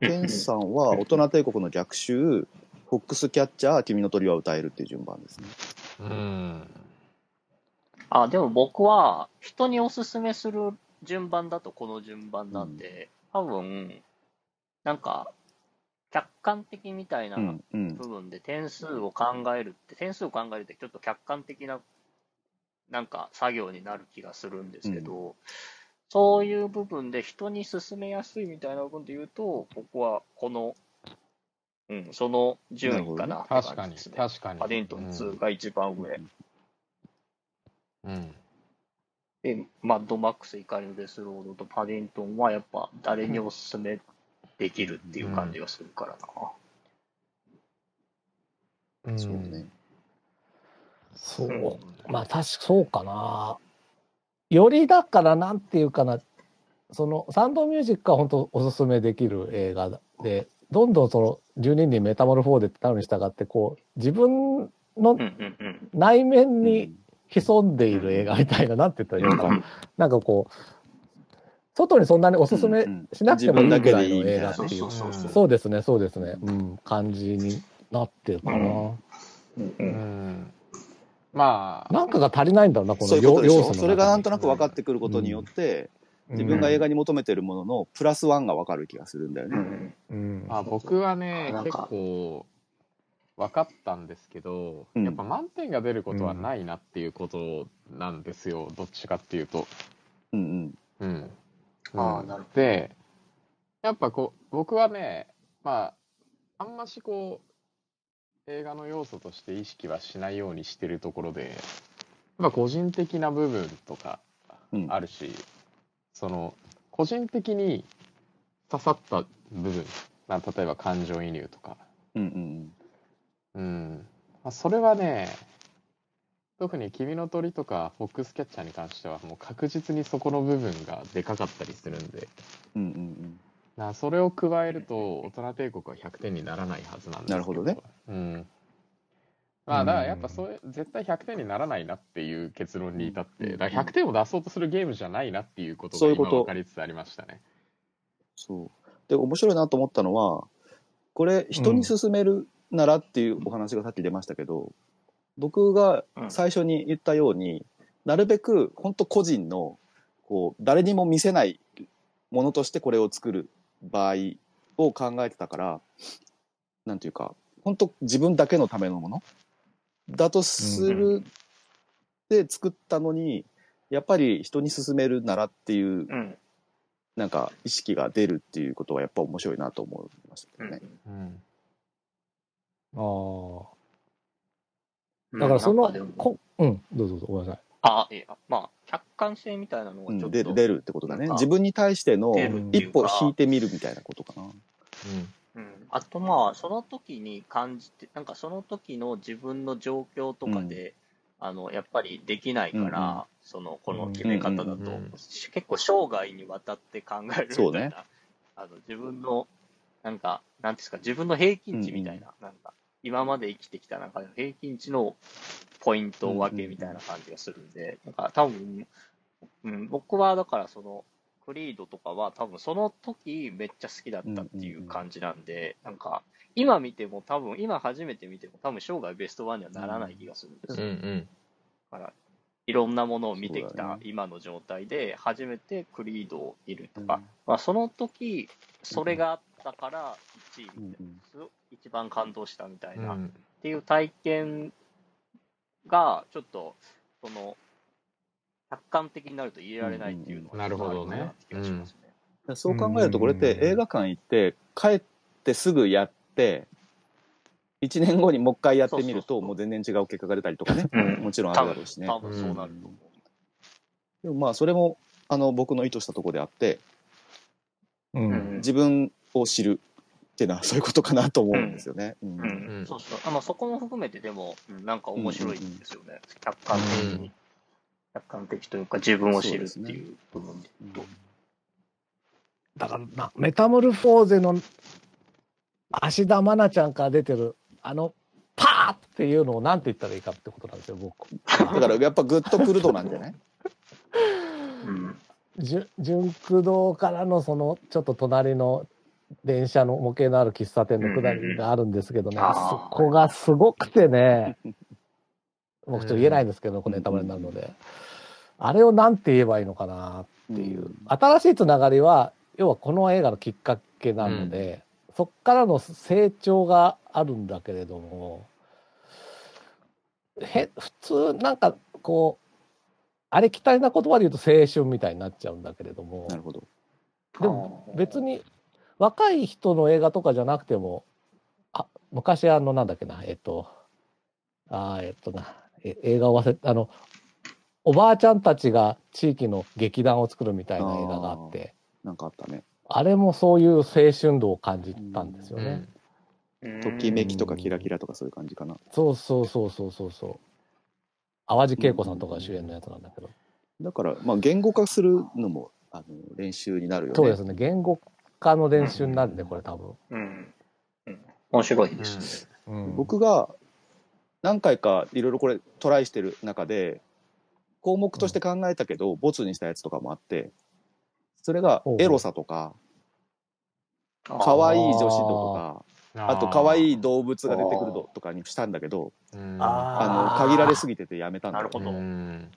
[SPEAKER 1] ケンさん は大人帝国の逆襲、フォックス・キャッチャー、君の鳥は歌えるっていう順番ですね。
[SPEAKER 4] うん。
[SPEAKER 2] あ、でも僕は、人におすすめする順番だとこの順番なんで、多分、なんか、客観的みたいな
[SPEAKER 1] うん、うん。
[SPEAKER 2] 部分で点数を考えるって、点数を考えるってちょっと客観的な、なんか作業になる気がするんですけど、そういう部分で人に勧めやすいみたいな部分で言うと、僕はこの、うん、その順位かなって感
[SPEAKER 4] 確か
[SPEAKER 2] じ
[SPEAKER 4] に
[SPEAKER 2] です、ね。
[SPEAKER 4] 確かに。
[SPEAKER 2] パディントン2が一番上、
[SPEAKER 4] うん。
[SPEAKER 2] で、マッドマックス怒りのデスロードとパディントンはやっぱ誰におすすめできるっていう感じがするからな。
[SPEAKER 4] うん
[SPEAKER 1] そうね。。
[SPEAKER 3] そうう。まあ確かそうかな。よりだからなんていうかな、そのサウンドミュージックは本当おすすめできる映画で、どんどんその12人メタモルフォーデってなるに従って、こう自分の
[SPEAKER 2] うんうんうん。
[SPEAKER 3] 内面
[SPEAKER 1] う
[SPEAKER 3] に
[SPEAKER 1] ん
[SPEAKER 3] 潜んでいる映画みたいな、なんて言ったらいいのか
[SPEAKER 2] う。
[SPEAKER 3] なんなんかこう、外にそんなにおすすめ
[SPEAKER 1] うん
[SPEAKER 3] しなくてもいいぐらいの映
[SPEAKER 1] う
[SPEAKER 3] 画
[SPEAKER 1] ん
[SPEAKER 3] って
[SPEAKER 2] そう
[SPEAKER 3] い
[SPEAKER 2] そう
[SPEAKER 3] う。
[SPEAKER 2] そうそう。
[SPEAKER 3] そうですね、そうですね。うん、感じになってるかな。
[SPEAKER 2] うんう
[SPEAKER 4] うんん。まあ、
[SPEAKER 3] なんかが足りないんだろうな、こ
[SPEAKER 1] そう
[SPEAKER 3] の
[SPEAKER 1] いうことで
[SPEAKER 3] 要
[SPEAKER 1] し
[SPEAKER 3] 要
[SPEAKER 1] ょ
[SPEAKER 3] 素の中に。
[SPEAKER 1] それがなんとなく分かってくることによって、自分が映画に求めてるもののプラスワンが分かる気がするんだよ
[SPEAKER 2] う
[SPEAKER 1] ね。
[SPEAKER 2] ん
[SPEAKER 3] うん
[SPEAKER 4] まあ僕はね
[SPEAKER 2] なん、
[SPEAKER 4] 結
[SPEAKER 2] か
[SPEAKER 4] 構分かったんですけど、
[SPEAKER 1] うん
[SPEAKER 4] やっぱ満点が出ることはないなっていうことなんですよ、どっちかっていうと。
[SPEAKER 1] うん
[SPEAKER 4] うん。
[SPEAKER 2] あー
[SPEAKER 4] うん
[SPEAKER 2] なる
[SPEAKER 4] で、やっぱこう、僕はね、まあ、あんましこう、映画の要素として意識はしないようにしてるところで、まあ個人的な部分とか
[SPEAKER 1] うん
[SPEAKER 4] あるし、その、個人的に刺さった部分、まあ、例えば感情移入とか、
[SPEAKER 1] うんうん
[SPEAKER 4] うん。まあ、それはね、特に君の鳥とかフォックスキャッチャーに関してはもう確実にそこの部分がでかかったりするんで、
[SPEAKER 1] うんうんうん
[SPEAKER 4] なそれを加えると大人帝国は100点にならないはずなんですけ
[SPEAKER 1] なるほどね。
[SPEAKER 4] うん。まあだからやっぱそういう絶対100点にならないなっていう結論に至って、だから100点を出そうとするゲームじゃないなっていうこと
[SPEAKER 1] そうい
[SPEAKER 4] が
[SPEAKER 1] うこ
[SPEAKER 4] 今
[SPEAKER 1] と
[SPEAKER 4] 分かりつつありましたね。
[SPEAKER 1] そうで面白いなと思ったのはこれ人に勧めるならっていうお話がさっき出ましたけど、僕が
[SPEAKER 2] うん
[SPEAKER 1] 最初に言ったように、なるべく本当個人のこう誰にも見せないものとしてこれを作る場合を考えてたからなんていうか本当自分だけのためのものだとす
[SPEAKER 2] う
[SPEAKER 1] るで作ったのにやっぱり人に勧めるならっていう
[SPEAKER 2] うん。
[SPEAKER 1] なんか意識が出るっていうことはやっぱ面白いなと思いましたけ
[SPEAKER 2] う
[SPEAKER 1] どね。
[SPEAKER 2] ん。
[SPEAKER 4] うん。
[SPEAKER 3] ああ。だからそ
[SPEAKER 2] な
[SPEAKER 3] の
[SPEAKER 2] んでも、
[SPEAKER 3] こうん、どうぞどうぞ、ごめんなさい。
[SPEAKER 2] あ、いや、まあ、客観性みたいなの
[SPEAKER 1] う
[SPEAKER 2] がちょ
[SPEAKER 1] ん、
[SPEAKER 2] っ
[SPEAKER 1] 出
[SPEAKER 2] と
[SPEAKER 1] る出るってことだ
[SPEAKER 2] な
[SPEAKER 1] ね
[SPEAKER 2] んか
[SPEAKER 1] 自分に対しての
[SPEAKER 2] 出るってい
[SPEAKER 1] 一
[SPEAKER 2] うか
[SPEAKER 1] 歩引いてみるみたいなことかな。
[SPEAKER 2] うん、あとまあその時に感じてなんかその時の自分の状況とかで、あのやっぱりできないから、
[SPEAKER 1] うんうん
[SPEAKER 2] そのこの決め方だと、
[SPEAKER 4] うんうんうん
[SPEAKER 2] し結構生涯にわたって考えるみた
[SPEAKER 1] そう
[SPEAKER 2] いな、
[SPEAKER 1] ね
[SPEAKER 2] あの自分のなんかなんていうんですか自分の平均値みたいな,、なんか今まで生きてきた中で平均値のポイント分けみたいな感じがするんで、なんか多分、うん、僕はだからそのクリードとかは多分その時めっちゃ好きだったっていう感じなんで、なんか今見ても多分今初めて見ても多分生涯ベストワンにはならない気がするんです
[SPEAKER 4] うんう
[SPEAKER 2] よ、
[SPEAKER 4] ん。
[SPEAKER 2] だからいろんなものを見て
[SPEAKER 1] そ
[SPEAKER 2] き
[SPEAKER 1] うだよ
[SPEAKER 2] た
[SPEAKER 1] ね
[SPEAKER 2] 今の状態で初めてクリードを見ると
[SPEAKER 1] うん
[SPEAKER 2] か、まあ、その時それがあったから1位みたいな、す一番感動したみたいな、
[SPEAKER 4] うん
[SPEAKER 2] っていう体験がちょっとその客観的になると入れられないっていうの
[SPEAKER 4] うんうんうんなるほどね
[SPEAKER 2] ちょっとあかなって気がしますね。
[SPEAKER 1] そう考えるとこれって
[SPEAKER 3] うん
[SPEAKER 1] 映画館行って帰ってすぐやって1年後にもう一回やってみる
[SPEAKER 2] そうそう
[SPEAKER 1] と
[SPEAKER 2] そう
[SPEAKER 1] もう全然違う結果が出たりとかね
[SPEAKER 2] うん
[SPEAKER 1] もちろんあるだろうしね
[SPEAKER 2] 多。分そうなると思う。
[SPEAKER 1] でもまあそれもあの僕の意図したところであって
[SPEAKER 3] うん。
[SPEAKER 2] うん
[SPEAKER 1] 自分を知るっていうのはそういうことかなと思うんですよね。うん
[SPEAKER 2] うん
[SPEAKER 4] うん
[SPEAKER 2] そうそうあのそこも含めてでも、うんなんか面白いんですよね、客観的に、
[SPEAKER 4] うん
[SPEAKER 2] 客観的というか自分を知るっていう部分で言うと
[SPEAKER 3] だからな、メタモルフォーゼの芦田愛菜ちゃんから出てる、あの、パーっていうのをなんて言ったらいいかってことなんですよ、僕。
[SPEAKER 1] だからやっぱグッとくるとなんじゃない
[SPEAKER 2] うん
[SPEAKER 3] じゅ純駆動からのそのちょっと隣の電車の模型のある喫茶店の下りがあるんですけどね、
[SPEAKER 2] うんうんうん
[SPEAKER 3] そこがすごくてね、僕ちょっと言えないんですけど、これネタバレになるので、あれをなんて言えばいいのかなっていう、新しいつながりは、要はこの映画のきっかけなので、そっからの成長があるんだけれども、へ普通なんかこう、あれきたりな言葉で言うと青春みたいになっちゃうんだけれども、
[SPEAKER 1] なるほど。
[SPEAKER 3] でも別に若い人の映画とかじゃなくてもあ昔あのなんだっけなえっとあーえっとなえ映画を忘れあのおばあちゃんたちが地域の劇団を作るみたいな映画があって
[SPEAKER 1] なんかあったね。
[SPEAKER 3] あれもそういう青春度を感じたんですよね、
[SPEAKER 4] うん
[SPEAKER 1] ときめきとかキラキラとかそういう感じかな。
[SPEAKER 3] そうそうそうそうそうそう淡路恵子さんとかが主演のやつなんだけど、
[SPEAKER 1] だから、まあ、言語化するのも、あの、練習になるよね。
[SPEAKER 3] そうですね言語化の練習になるねこれ多分、
[SPEAKER 2] うんうん面白いです、
[SPEAKER 3] うん、
[SPEAKER 1] 僕が何回かいろいろこれトライしてる中で、項目として考えたけど、ボツにしたやつとかもあって、それが
[SPEAKER 3] ほうほう
[SPEAKER 1] エロさとか、
[SPEAKER 2] あー
[SPEAKER 1] 可愛い女子とか、
[SPEAKER 4] あ
[SPEAKER 1] あと可愛い動物が出てくるのとかにしたんだけど、あの、限られすぎててやめたんだ
[SPEAKER 2] な
[SPEAKER 1] よ
[SPEAKER 2] る
[SPEAKER 1] ね
[SPEAKER 2] ほど、
[SPEAKER 4] うん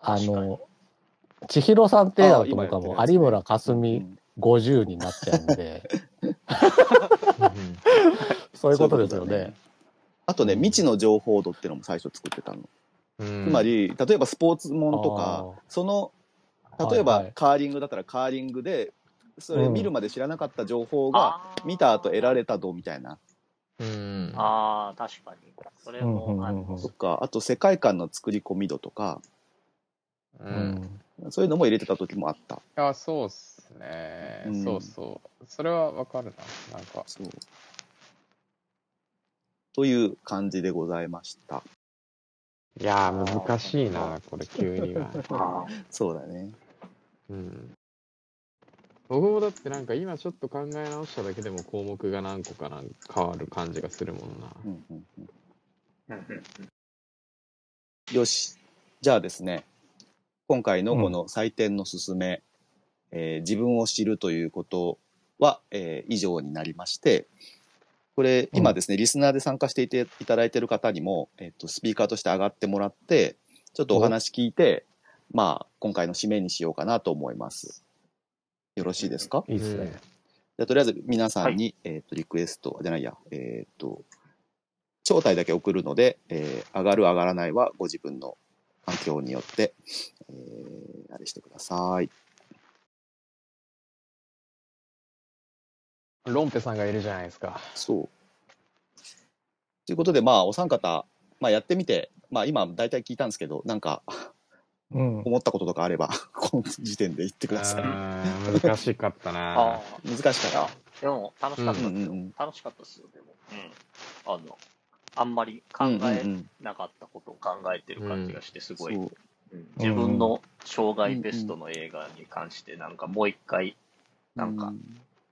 [SPEAKER 3] あ
[SPEAKER 2] 確かに
[SPEAKER 3] の、千尋さんって映画だ
[SPEAKER 1] あー
[SPEAKER 3] と
[SPEAKER 1] 今や
[SPEAKER 3] 僕
[SPEAKER 1] って
[SPEAKER 3] は
[SPEAKER 1] るやつね
[SPEAKER 3] もう有村架
[SPEAKER 1] う
[SPEAKER 3] 純
[SPEAKER 1] ん
[SPEAKER 3] 50になっちゃうんで、 そういうことですよ
[SPEAKER 1] そういうことだ
[SPEAKER 3] ね
[SPEAKER 1] ね。あとね、
[SPEAKER 4] うん
[SPEAKER 1] 未知の情報度っていうのも最初作ってたの。
[SPEAKER 4] うん
[SPEAKER 1] つまり、例えばスポーツものとか、その例え
[SPEAKER 3] はい
[SPEAKER 1] ば
[SPEAKER 3] はい
[SPEAKER 1] カーリングだったらカーリングでそれ見るまで知らなかった情報が
[SPEAKER 2] あー
[SPEAKER 1] 見た後得られた度みたいな
[SPEAKER 4] うん。
[SPEAKER 2] ああ、確かに。それも、
[SPEAKER 3] うんうんうん
[SPEAKER 2] あり
[SPEAKER 3] うん
[SPEAKER 1] とかあと世界観の作り込み度とか
[SPEAKER 4] う。
[SPEAKER 3] うんん
[SPEAKER 1] そういうのも入れてた時もあった
[SPEAKER 4] あ、そうっすね
[SPEAKER 1] う。ん
[SPEAKER 4] そうそう。それはわかるな。なんか。
[SPEAKER 1] そうという感じでございました
[SPEAKER 4] いやー、難しいな、これ、急に は。
[SPEAKER 2] あ
[SPEAKER 1] そうだね
[SPEAKER 4] うん。僕もだってなんか今ちょっと考え直しただけでも項目が何個かな変わる感じがするもんな。
[SPEAKER 1] うんうんうん
[SPEAKER 2] ーうんうん
[SPEAKER 1] よしじゃあですね今回のこの採点の勧め、えー自分を知るということは、えー以上になりましてこれ今ですね、リスナーで参加していていただいている方にも、えっとスピーカーとして上がってもらってちょっとお話聞いてまあ今回の締めにしようかなと思いますよろしいですか
[SPEAKER 3] いいっすね。
[SPEAKER 1] じゃあとりあえず皆さんに、えっとリクエストじゃないやえっと招待だけ送るので、えー上がる上がらないはご自分の環境によって、えーあれしてください
[SPEAKER 4] ロンペさんがいるじゃないですか。
[SPEAKER 1] そうということでまあお三方、まあ、やってみてまあ今大体聞いたんですけどなんか
[SPEAKER 3] うん。
[SPEAKER 1] 思ったこととかあれば この時点で言ってください
[SPEAKER 4] あー難しかった
[SPEAKER 2] あ
[SPEAKER 4] な。
[SPEAKER 1] 難し
[SPEAKER 2] ーい
[SPEAKER 1] かっ
[SPEAKER 2] や、でも楽しかった
[SPEAKER 1] た、
[SPEAKER 2] です
[SPEAKER 1] う
[SPEAKER 2] よ。
[SPEAKER 1] んうんうん
[SPEAKER 2] 楽しかったですよ、でも。うん。あの、あんまり考
[SPEAKER 1] うんうんう
[SPEAKER 2] え
[SPEAKER 1] ん
[SPEAKER 2] なかったことを考えてる感じがして、す
[SPEAKER 1] そ
[SPEAKER 2] ごい、
[SPEAKER 1] う
[SPEAKER 2] うん自分の生涯ベストの映画に関して、なんかもう一回なんか
[SPEAKER 1] う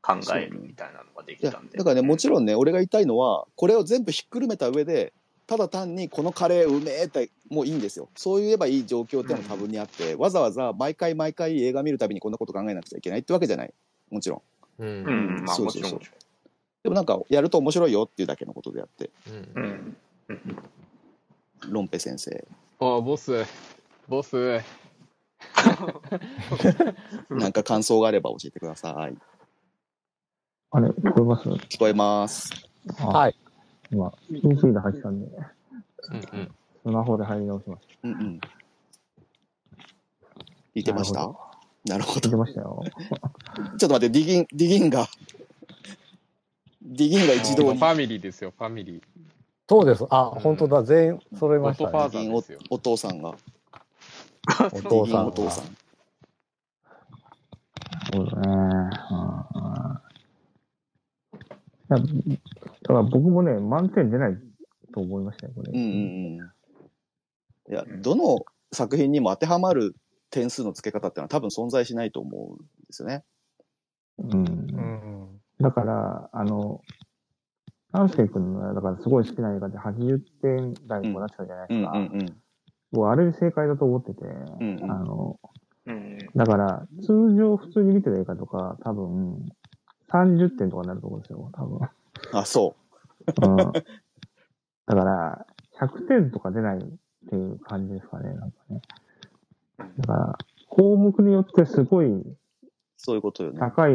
[SPEAKER 2] 考えるみたいなのがで
[SPEAKER 1] い
[SPEAKER 2] き
[SPEAKER 1] や
[SPEAKER 2] たんで。
[SPEAKER 1] だからねもちろんね俺が言いたいのはこれを全部ひっくるめた上でただ単にこのカレーうめえってもういいんですよそう言えばいい状況っていうのも多分にあって、わざわざ毎回毎回映画見るたびにこんなこと考えなくちゃいけないってわけじゃないもちろん
[SPEAKER 4] うん
[SPEAKER 2] う
[SPEAKER 4] うん
[SPEAKER 2] ん、まあ
[SPEAKER 1] そう
[SPEAKER 2] も
[SPEAKER 1] そ
[SPEAKER 2] ち
[SPEAKER 1] う
[SPEAKER 2] ろん。
[SPEAKER 1] そう
[SPEAKER 2] もち
[SPEAKER 1] でもなんかやると面白いよっていうだけのことであって
[SPEAKER 2] ろんうん。
[SPEAKER 1] ロンペ先生
[SPEAKER 4] あ、ボス、ボス、
[SPEAKER 2] うん
[SPEAKER 1] なんか感想があれば教えてください
[SPEAKER 5] あれ、聞こえます
[SPEAKER 1] 聞こえます
[SPEAKER 5] あ
[SPEAKER 3] はい。
[SPEAKER 5] 今、PC が入ったんで、
[SPEAKER 4] うんうん、
[SPEAKER 5] スマホで入り直しまし
[SPEAKER 1] うんうん聞いてましたなるほど
[SPEAKER 5] た。聞いてましたよ。
[SPEAKER 1] ちょっと待ってディギンディギンがディギンが一
[SPEAKER 4] も
[SPEAKER 1] 堂
[SPEAKER 4] う
[SPEAKER 1] に
[SPEAKER 4] ファミリーですよ、ファミリー。
[SPEAKER 3] そうです。あ、
[SPEAKER 4] うん
[SPEAKER 3] 本当だ。全員揃いました、
[SPEAKER 4] ゴッドフ
[SPEAKER 1] デ
[SPEAKER 3] ね
[SPEAKER 4] ァー。
[SPEAKER 1] ィギンおお父さんが
[SPEAKER 3] お父
[SPEAKER 1] ディ
[SPEAKER 3] さ
[SPEAKER 1] ギ
[SPEAKER 3] ん
[SPEAKER 1] ン
[SPEAKER 3] が
[SPEAKER 1] お父さん
[SPEAKER 5] そうだね。うんいやただ僕もね、満点出ないと思いましたよ、これ。
[SPEAKER 1] うんうんうん。いや、どの作品にも当てはまる点数の付け方ってのは多分存在しないと思うんですよね。
[SPEAKER 5] うん。
[SPEAKER 3] うん。
[SPEAKER 5] だから、あの、安生君の、だからすごい好きな映画で80点台にもなってたじゃないですか。
[SPEAKER 1] うん。
[SPEAKER 5] 僕、あれで正解だと思ってて、
[SPEAKER 1] んうん
[SPEAKER 5] あの、
[SPEAKER 2] うん。
[SPEAKER 5] だから、通常普通に見てる映画とか、多分、30点とかになると思うんですよ、多分。
[SPEAKER 1] あ、そ。
[SPEAKER 5] うんだから、100点とか出ないっていう感じですかね、なんかね。だから、項目によってすごいう
[SPEAKER 1] そういうことよね。
[SPEAKER 5] 高い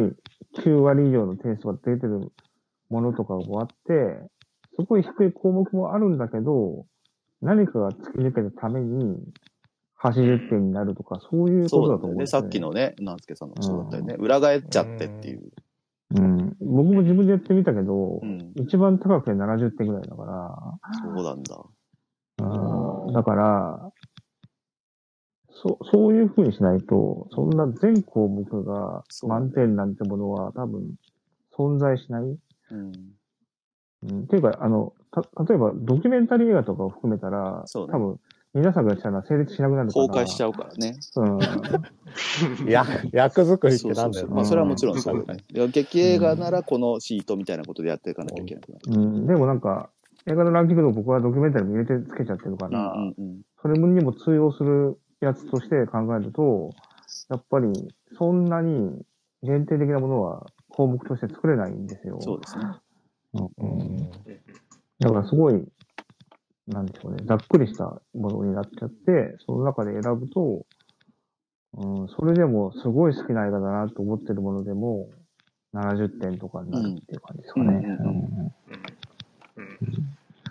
[SPEAKER 5] 9割以上の点数が出てるものとかがあって、すごい低い項目もあるんだけど、何かが突き抜けたために80点になるとか、そういうこ
[SPEAKER 1] そ
[SPEAKER 5] と
[SPEAKER 1] う
[SPEAKER 5] だ
[SPEAKER 1] だ
[SPEAKER 5] と
[SPEAKER 1] と
[SPEAKER 5] 思
[SPEAKER 1] 思
[SPEAKER 5] う
[SPEAKER 1] うんね。
[SPEAKER 5] です
[SPEAKER 1] さ
[SPEAKER 5] よ
[SPEAKER 1] っ
[SPEAKER 5] ね
[SPEAKER 1] きのね、なんすけさんのもそうだったよね。裏返っちゃってっていう。
[SPEAKER 5] うん。僕も自分でやってみたけど、
[SPEAKER 1] うん。
[SPEAKER 5] 一番高くて70点ぐらいだから、
[SPEAKER 1] そうなんだ。
[SPEAKER 5] うんだから、そそういうふうにしないと、そんな全項目が
[SPEAKER 1] そう
[SPEAKER 5] 満点なんてものは多分存在しない。
[SPEAKER 1] うん。
[SPEAKER 5] うん、っていうか、あの、た、例えばドキュメンタリー映画とかを含めたら、
[SPEAKER 1] そうね
[SPEAKER 5] 多分皆さんが言ってたのは成立しなくなるから。
[SPEAKER 1] 崩壊しちゃうからね。
[SPEAKER 5] うん。
[SPEAKER 3] いや、役作りって
[SPEAKER 1] そう
[SPEAKER 3] な
[SPEAKER 1] そ
[SPEAKER 3] ん
[SPEAKER 1] う
[SPEAKER 3] だ
[SPEAKER 1] そ
[SPEAKER 3] よ
[SPEAKER 1] う。
[SPEAKER 3] な
[SPEAKER 1] まあ、それはもちろんそうよね。いや劇映画ならこのシートみたいなことでやっていかなきゃいけない。
[SPEAKER 5] うん、でもなんか、映画のランキングの僕はドキュメンタリーも入れてつけちゃってるか
[SPEAKER 1] う
[SPEAKER 5] ら、
[SPEAKER 1] んうん
[SPEAKER 5] それにも通用するやつとして考えると、やっぱりそんなに限定的なものは項目として作れないんですよ
[SPEAKER 1] う。ん。そうですね。
[SPEAKER 5] う
[SPEAKER 3] うん
[SPEAKER 5] ん
[SPEAKER 2] うん
[SPEAKER 5] だからすごい、なんでしょうね、ざっくりしたものになっちゃって、その中で選ぶと、うん、それでもすごい好きな映画だなと思ってるものでも、70点とかになるっていう感じですかね。
[SPEAKER 1] うんうん
[SPEAKER 2] うん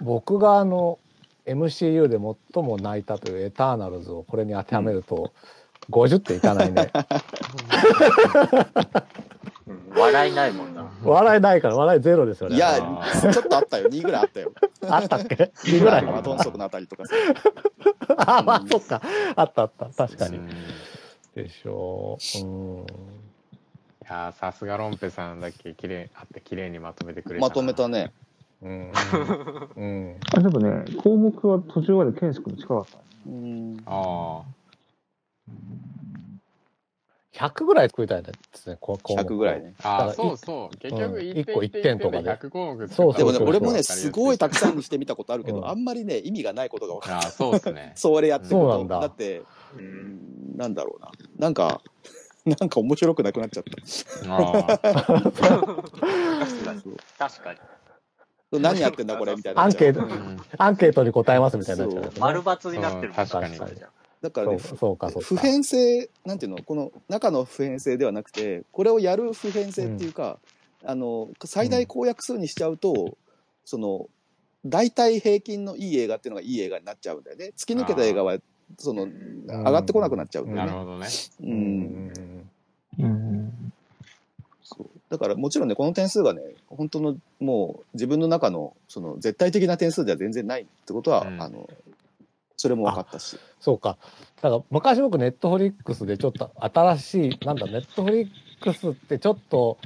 [SPEAKER 3] 僕があの MCU で最も泣いたという「エターナルズ」をこれに当てはめると、50点いかないね
[SPEAKER 2] うん笑いないもんな。
[SPEAKER 3] 笑いないから、笑いゼロですよね。
[SPEAKER 1] いや
[SPEAKER 4] あ、
[SPEAKER 1] ちょっとあったよ。2ぐらいあったよ。
[SPEAKER 3] あったっけ
[SPEAKER 1] 2
[SPEAKER 3] ぐ らい
[SPEAKER 1] マドンソクのあたりとかさ。
[SPEAKER 3] あ、まあ、そっか。あったあった。確か
[SPEAKER 4] う
[SPEAKER 3] に。
[SPEAKER 4] んい
[SPEAKER 3] でしょう。うん。
[SPEAKER 4] やーさすがロンペさんだっけ綺麗あって綺麗にまとめてくれたな
[SPEAKER 1] まとめたね。
[SPEAKER 3] うん。うん。
[SPEAKER 5] あ、でもね、項目は途中までケンス君の近かったね。
[SPEAKER 1] うん。
[SPEAKER 4] あ
[SPEAKER 3] 100ぐらい作りたいですね、ここ
[SPEAKER 1] 100ぐらい。ね。
[SPEAKER 4] ああ
[SPEAKER 3] だから
[SPEAKER 4] あ
[SPEAKER 3] い
[SPEAKER 4] そうそう結
[SPEAKER 3] う
[SPEAKER 4] 局
[SPEAKER 3] ん
[SPEAKER 4] 一
[SPEAKER 3] 一個
[SPEAKER 4] 点
[SPEAKER 3] 一
[SPEAKER 4] 一
[SPEAKER 3] 点
[SPEAKER 4] 点
[SPEAKER 3] とか
[SPEAKER 4] とか
[SPEAKER 3] で
[SPEAKER 4] で100項目
[SPEAKER 3] そう
[SPEAKER 1] でもね、
[SPEAKER 3] そうそう
[SPEAKER 1] 俺もね、すごいたくさんにしてみたことあるけ
[SPEAKER 3] うん
[SPEAKER 1] ど、あんまりね、意味がないことが分かる。
[SPEAKER 4] ああそうっすね
[SPEAKER 1] それやってるこ
[SPEAKER 3] そ
[SPEAKER 1] と。
[SPEAKER 3] うなんだ
[SPEAKER 1] だって、うんなんだろうな。なんか、なんか面白くなくなっちゃった。
[SPEAKER 4] ああ
[SPEAKER 2] 確かに。確かに。
[SPEAKER 1] 何やってんだこれみたいに
[SPEAKER 3] ア
[SPEAKER 1] なっ
[SPEAKER 3] ン
[SPEAKER 1] ちゃ
[SPEAKER 3] ケ
[SPEAKER 1] う。
[SPEAKER 3] ート、
[SPEAKER 4] うん
[SPEAKER 3] アンケートに答えますみたいになっちゃうやつね。
[SPEAKER 2] 丸抜になってるもん
[SPEAKER 4] うん確かに
[SPEAKER 2] それじゃ
[SPEAKER 1] だから
[SPEAKER 3] そ
[SPEAKER 1] ね
[SPEAKER 3] う、そうか、そうか。
[SPEAKER 1] 普遍性、なんていうの、この中の普遍性ではなくて、これをやる普遍性っていうか、あの、最大公約数にしちゃうと、その、大体平均のいい映画っていうのがいい映画になっちゃうんだよね。突き抜けた映画は、その、上がってこなくなっちゃうんだよ
[SPEAKER 4] なる
[SPEAKER 1] ね。
[SPEAKER 4] ほどね
[SPEAKER 1] う。
[SPEAKER 3] うんん。
[SPEAKER 5] うん。
[SPEAKER 1] そうだからもちろんね、この点数がね、本当のもう自分の中の、その、絶対的な点数では全然ないってことは、
[SPEAKER 4] うん
[SPEAKER 1] あの、それも分かったし。
[SPEAKER 3] そうか。だから昔僕ネットフリックスでちょっと新しい、なんだ、ネットフリックスってちょっと、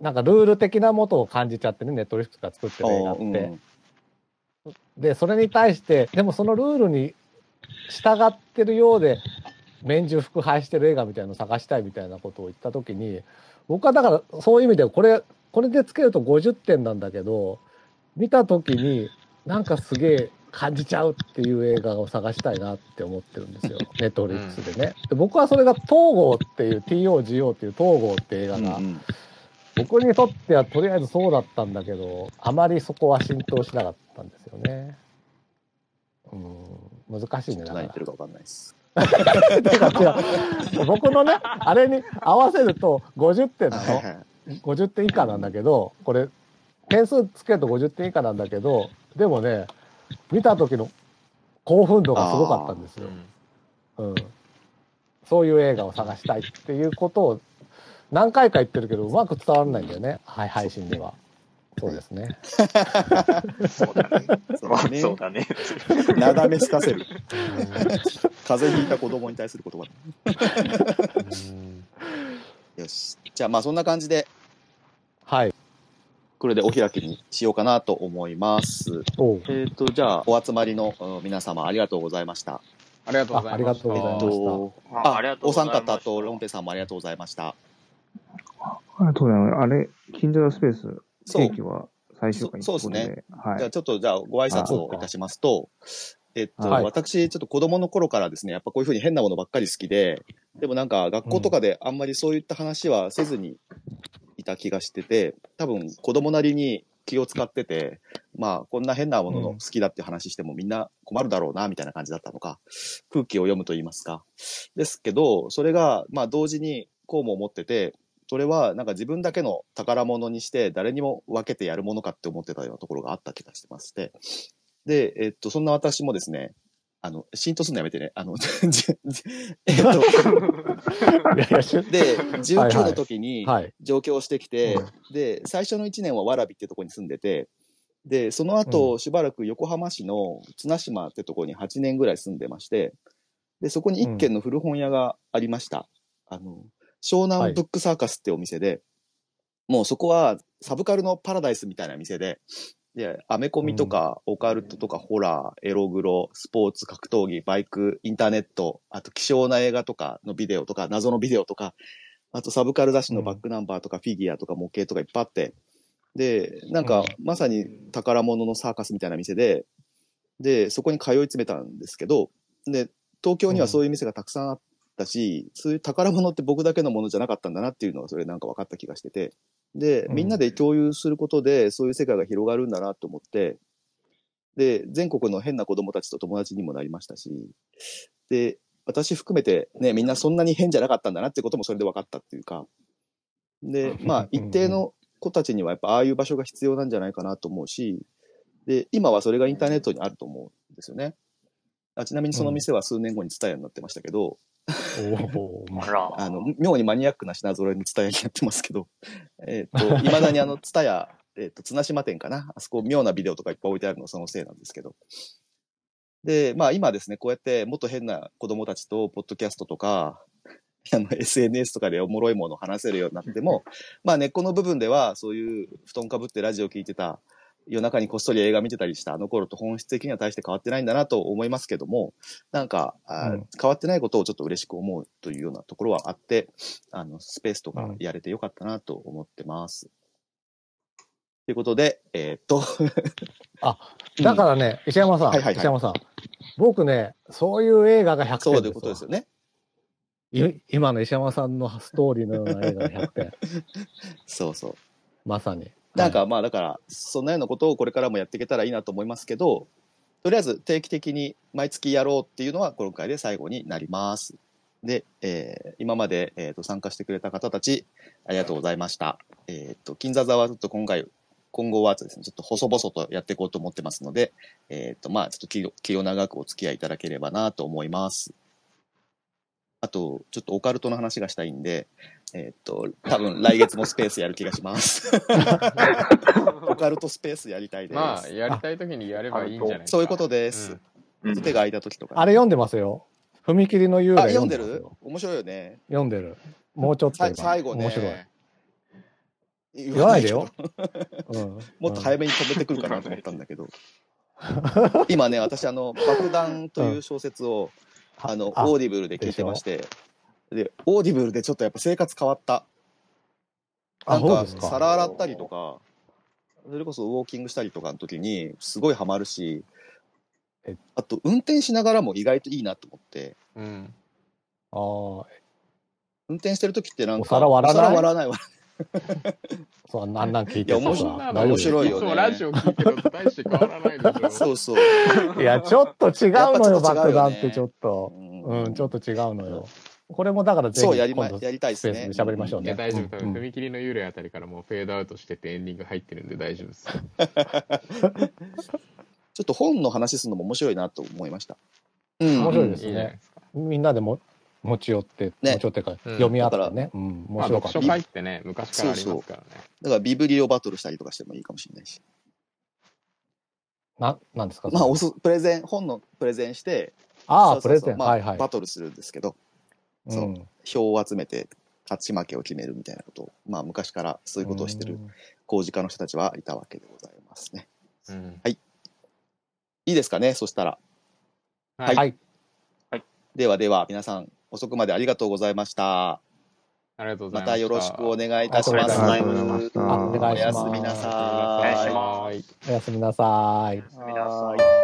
[SPEAKER 3] なんかルール的なものを感じちゃってね、ネットフリックスが作ってる映画って。
[SPEAKER 1] あーうん
[SPEAKER 3] で、それに対して、でもそのルールに従ってるようで、免除服配してる映画みたいなのを探したいみたいなことを言ったときに、僕はだからそういう意味ではこれ、これでつけると50点なんだけど、見たときになんかすげえ感じちゃうっていう映画を探したいなって思ってるんですよ。ネットフリックスでね。で僕はそれが東郷っていう、TOGO っていう東郷って映画が、
[SPEAKER 1] うんうん
[SPEAKER 3] 僕にとってはとりあえずそうだったんだけど、あまりそこは浸透しなかったんですよね。うん、難しい
[SPEAKER 1] ちょ
[SPEAKER 3] ね。
[SPEAKER 1] っと何
[SPEAKER 3] だから
[SPEAKER 1] 言ってるか分かんないです。
[SPEAKER 3] てか 違う僕のね、あれに合わせると50点なの。
[SPEAKER 1] い。
[SPEAKER 3] 50点以下なんだけど、これ、点数つけると50点以下なんだけど、でもね、見た時の興奮度がすごかったんです
[SPEAKER 4] う
[SPEAKER 3] よ。
[SPEAKER 4] ん
[SPEAKER 3] うん、そういう映画を探したいっていうことを何回か言ってるけどうまく伝わらないんだよね、はい、配信では。そうですね。
[SPEAKER 2] そうだね。
[SPEAKER 1] そうだね
[SPEAKER 2] そうだね。
[SPEAKER 1] なだめすかせる。風邪ひいた子供に対する言葉。
[SPEAKER 4] うん
[SPEAKER 1] よし。じゃあまあそんな感じで、
[SPEAKER 3] はい。
[SPEAKER 1] これでお開きにしようかなと思います。
[SPEAKER 3] おう
[SPEAKER 1] えっ、と、じゃあ、お集まりのうん皆様ありがとうございました。
[SPEAKER 4] ありがとうございます
[SPEAKER 3] あありがとうござい
[SPEAKER 1] え
[SPEAKER 3] ま
[SPEAKER 1] っ
[SPEAKER 3] す
[SPEAKER 1] と、
[SPEAKER 2] あありがとう
[SPEAKER 1] お
[SPEAKER 2] ござい
[SPEAKER 1] 三
[SPEAKER 2] ました
[SPEAKER 1] 方とロンペさんもありがとうございました。
[SPEAKER 5] ありがとうございます。あれ、近所のスペース、
[SPEAKER 1] そう
[SPEAKER 5] 定期は最終回
[SPEAKER 1] そそうです
[SPEAKER 5] ね。は
[SPEAKER 1] じゃあ
[SPEAKER 5] い。
[SPEAKER 1] ちょっと、じゃあご挨拶をいたしますと、えっと、
[SPEAKER 3] はい
[SPEAKER 1] 私、ちょっと子供の頃からですね、やっぱこういうふうに変なものばっかり好きで、でもなんか学校とかであんまりそういった話はせずにいた気がしてて、多分子供なりに気を使ってて、まあこんな変なものの
[SPEAKER 3] うん
[SPEAKER 1] 好きだっていう話してもみんな困るだろうな、みたいな感じだったのか、空気を読むと言いますか。ですけど、それが、まあ同時にこうも思ってて、それはなんか自分だけの宝物にして誰にも分けてやるものかって思ってたようなところがあった気がしてまして。で、えっと、そんな私もですね、あの、浸透するのやめてね、あの、 じじえっと、
[SPEAKER 3] いやいやしゅ
[SPEAKER 1] で、
[SPEAKER 3] はいは
[SPEAKER 1] 19
[SPEAKER 3] い
[SPEAKER 1] の時に
[SPEAKER 3] はい。
[SPEAKER 1] 上京してきて、
[SPEAKER 3] うん
[SPEAKER 1] で、最初の1年は蕨ってとこに住んでて、で、その後、しばらく横浜市の綱島ってとこに8年ぐらい住んでまして、で、そこに1軒の古本屋がありました。あの、湘南ブックサーカスってお店で、もうそこはサブカルのパラダイスみたいな店で、で、アメコミとか、オカルトとか、ホラー、エログロ、スポーツ、格闘技、バイク、インターネット、あと希少な映画とかのビデオとか、謎のビデオとか、あとサブカル雑誌のバックナンバーとか、フィギュアとか模型とかいっぱいあって、で、なんか、まさに宝物のサーカスみたいな店で、で、そこに通い詰めたんですけど、で、東京にはそういう店がたくさんあったし、そういう宝物って僕だけのものじゃなかったんだなっていうのは、それなんか分かった気がしてて、で、
[SPEAKER 3] うん
[SPEAKER 1] みんなで共有することで、そういう世界が広がるんだなと思って、で、全国の変な子供たちと友達にもなりましたし、で、私含めてね、みんなそんなに変じゃなかったんだなってこともそれで分かったっていうか、で、まあ、一定の子たちにはやっぱああいう場所が必要なんじゃないかなと思うし、で、今はそれがインターネットにあると思うんですよね。あちなみにその店は数年後に伝えになってましたけど、
[SPEAKER 3] おーま
[SPEAKER 2] あ
[SPEAKER 3] あ
[SPEAKER 2] ら。
[SPEAKER 1] あの妙にマニアックな品揃えの伝えになってますけど えっといまだにあの蔦屋えっと綱島店かなあそこ妙なビデオとかいっぱい置いてあるのそのせいなんですけどでまあ今ですねこうやってもっと変な子供たちとポッドキャストとかあの SNS とかでおもろいものを話せるようになってもまあ根っこの部分ではそういう布団かぶってラジオ聞いてた夜中にこっそり映画見てたりしたあの頃と本質的には大して変わってないんだなと思いますけどもなんか、あー
[SPEAKER 3] うん
[SPEAKER 1] 変わってないことをちょっと嬉しく思うというようなところはあってあのスペースとかやれてよかったなと思ってます。ということで、えーっと、
[SPEAKER 3] だからね、石山さん、
[SPEAKER 1] はいはいはい
[SPEAKER 3] 石山さん、僕ね、そういう映画が100点です
[SPEAKER 1] そ
[SPEAKER 3] わ
[SPEAKER 1] うということですよね。
[SPEAKER 3] い今の石山さんのストーリーのような映画が100点、
[SPEAKER 1] そうそう。
[SPEAKER 3] まさに。
[SPEAKER 1] なん
[SPEAKER 3] は
[SPEAKER 1] かまあだからそんなようなことをこれからもやっていけたらいいなと思いますけどとりあえず定期的に毎月やろうっていうのは今回で最後になります。で、えー今まで、えー、と参加してくれた方たちありがとうございました。えっ、と金座座はちょっと今回今後はですねちょっと細々とやっていこうと思ってますのでえっ、とまあちょっと気を気を長くお付き合いいただければなと思います。あとちょっとオカルトの話がしたいんでえっ、と多分来月もスペースやる気がします。 オカルトスペースやりたいです。
[SPEAKER 4] まあ、やりたいときにやればいいんじゃないですか。
[SPEAKER 1] そういうことです。
[SPEAKER 2] うん
[SPEAKER 1] 手が空いた時とか。
[SPEAKER 3] あれ読んでますよ。踏切の幽
[SPEAKER 1] あ
[SPEAKER 3] 霊
[SPEAKER 1] 読ん
[SPEAKER 3] ま
[SPEAKER 1] でする
[SPEAKER 3] よ
[SPEAKER 1] 面白いよね。
[SPEAKER 3] 読んでる。もうちょっと
[SPEAKER 1] さ
[SPEAKER 3] 今
[SPEAKER 1] い最後ね
[SPEAKER 3] 面白い。
[SPEAKER 1] 言
[SPEAKER 3] 言わないでよ。。うん、
[SPEAKER 1] もっと早め
[SPEAKER 3] め。
[SPEAKER 1] に止めてくるかなと思ったんだけ ど。今ね、私、あの、爆弾という小説を、あの、
[SPEAKER 3] あ
[SPEAKER 1] オーディブルで聞いてまして、で、オーディブルでちょっとやっぱ生活変わった。な
[SPEAKER 3] あ、
[SPEAKER 1] ん
[SPEAKER 3] そう
[SPEAKER 1] か
[SPEAKER 3] ですか。
[SPEAKER 1] 皿洗ったりとか、それこそウォーキングしたりとかの時に、すごいハマるし
[SPEAKER 3] え、
[SPEAKER 1] あと運転しながらも意外といいなと思って、
[SPEAKER 4] うん。
[SPEAKER 3] あー
[SPEAKER 1] 運転してる時ってなんか、
[SPEAKER 3] お皿割らな
[SPEAKER 1] お
[SPEAKER 3] い
[SPEAKER 1] 皿割らない割
[SPEAKER 3] そう、なんなん聞い
[SPEAKER 1] い
[SPEAKER 3] て
[SPEAKER 1] や
[SPEAKER 3] る
[SPEAKER 1] 面
[SPEAKER 3] さ
[SPEAKER 1] 白い
[SPEAKER 4] そんなの
[SPEAKER 3] 大丈
[SPEAKER 1] 面
[SPEAKER 3] 夫
[SPEAKER 1] 白い
[SPEAKER 4] い
[SPEAKER 1] よ
[SPEAKER 4] つ
[SPEAKER 1] ね
[SPEAKER 4] もラジオ聞いてるのと大して変わらないで
[SPEAKER 1] らない
[SPEAKER 4] し
[SPEAKER 1] そ
[SPEAKER 4] ょ。
[SPEAKER 1] うそう。
[SPEAKER 3] いや、ちょっと違う
[SPEAKER 1] やっぱ
[SPEAKER 3] の
[SPEAKER 1] ちょ
[SPEAKER 3] よ、
[SPEAKER 1] っと違うよね
[SPEAKER 3] 爆弾ってちょっと。
[SPEAKER 1] う
[SPEAKER 3] うん、ちょっと違うのよ。これもだからぜひ
[SPEAKER 1] そうやり
[SPEAKER 3] 今
[SPEAKER 1] ま
[SPEAKER 3] 度
[SPEAKER 1] やりたいで
[SPEAKER 3] スペ
[SPEAKER 1] す
[SPEAKER 3] ース
[SPEAKER 1] ね
[SPEAKER 3] で。喋りましょう
[SPEAKER 4] い
[SPEAKER 3] ね。
[SPEAKER 4] や、大丈夫。多
[SPEAKER 3] うん
[SPEAKER 4] 分、踏切の幽霊あたりからもうフェードアウトしててエンディング入ってるんで大丈夫です。
[SPEAKER 1] ちょっと本の話するのも面白いなと思いました。うん
[SPEAKER 3] 面白いです
[SPEAKER 4] いいじゃないですか。
[SPEAKER 3] みんなでも持ち寄って、
[SPEAKER 1] ね
[SPEAKER 3] 持ち寄ってか、読み合ってね。うん、
[SPEAKER 4] ま
[SPEAKER 3] 面
[SPEAKER 4] あ、
[SPEAKER 3] 白か
[SPEAKER 4] 読
[SPEAKER 3] った。
[SPEAKER 4] 書会ってね、昔からありますからね。
[SPEAKER 1] だからビブリオバトルしたりとかしてもいいかもしれないし。
[SPEAKER 3] な、なんですか
[SPEAKER 1] まあ、
[SPEAKER 3] それ
[SPEAKER 1] おすプレゼン、本のプレゼンして、
[SPEAKER 3] あ
[SPEAKER 1] そう
[SPEAKER 3] あ、
[SPEAKER 1] そ
[SPEAKER 3] プ
[SPEAKER 1] う
[SPEAKER 3] レ
[SPEAKER 1] そう
[SPEAKER 3] ゼン。
[SPEAKER 1] まあ
[SPEAKER 3] はいはい。
[SPEAKER 1] バトルするんですけど、そううん票を集めて勝ち負けを決めるみたいなことを、まあ昔からそういうことをしてる工事家の人たちはいたわけでございますね。
[SPEAKER 4] うん。
[SPEAKER 1] いいですかね、そしたら。
[SPEAKER 4] はい
[SPEAKER 3] はい
[SPEAKER 1] ではでは、皆さん、遅くまでありがとうございました。
[SPEAKER 4] ありがとうござ
[SPEAKER 1] ま
[SPEAKER 4] いました。
[SPEAKER 1] たよろしくお願いいたします。
[SPEAKER 3] ありが
[SPEAKER 5] とうございました
[SPEAKER 1] お
[SPEAKER 5] お
[SPEAKER 1] や
[SPEAKER 3] 願いします
[SPEAKER 1] みなさー
[SPEAKER 4] お願い
[SPEAKER 2] お願いしま
[SPEAKER 4] し
[SPEAKER 2] す
[SPEAKER 4] ます。
[SPEAKER 3] おやすみなさい。
[SPEAKER 2] おやすみなさ
[SPEAKER 1] はい
[SPEAKER 2] い。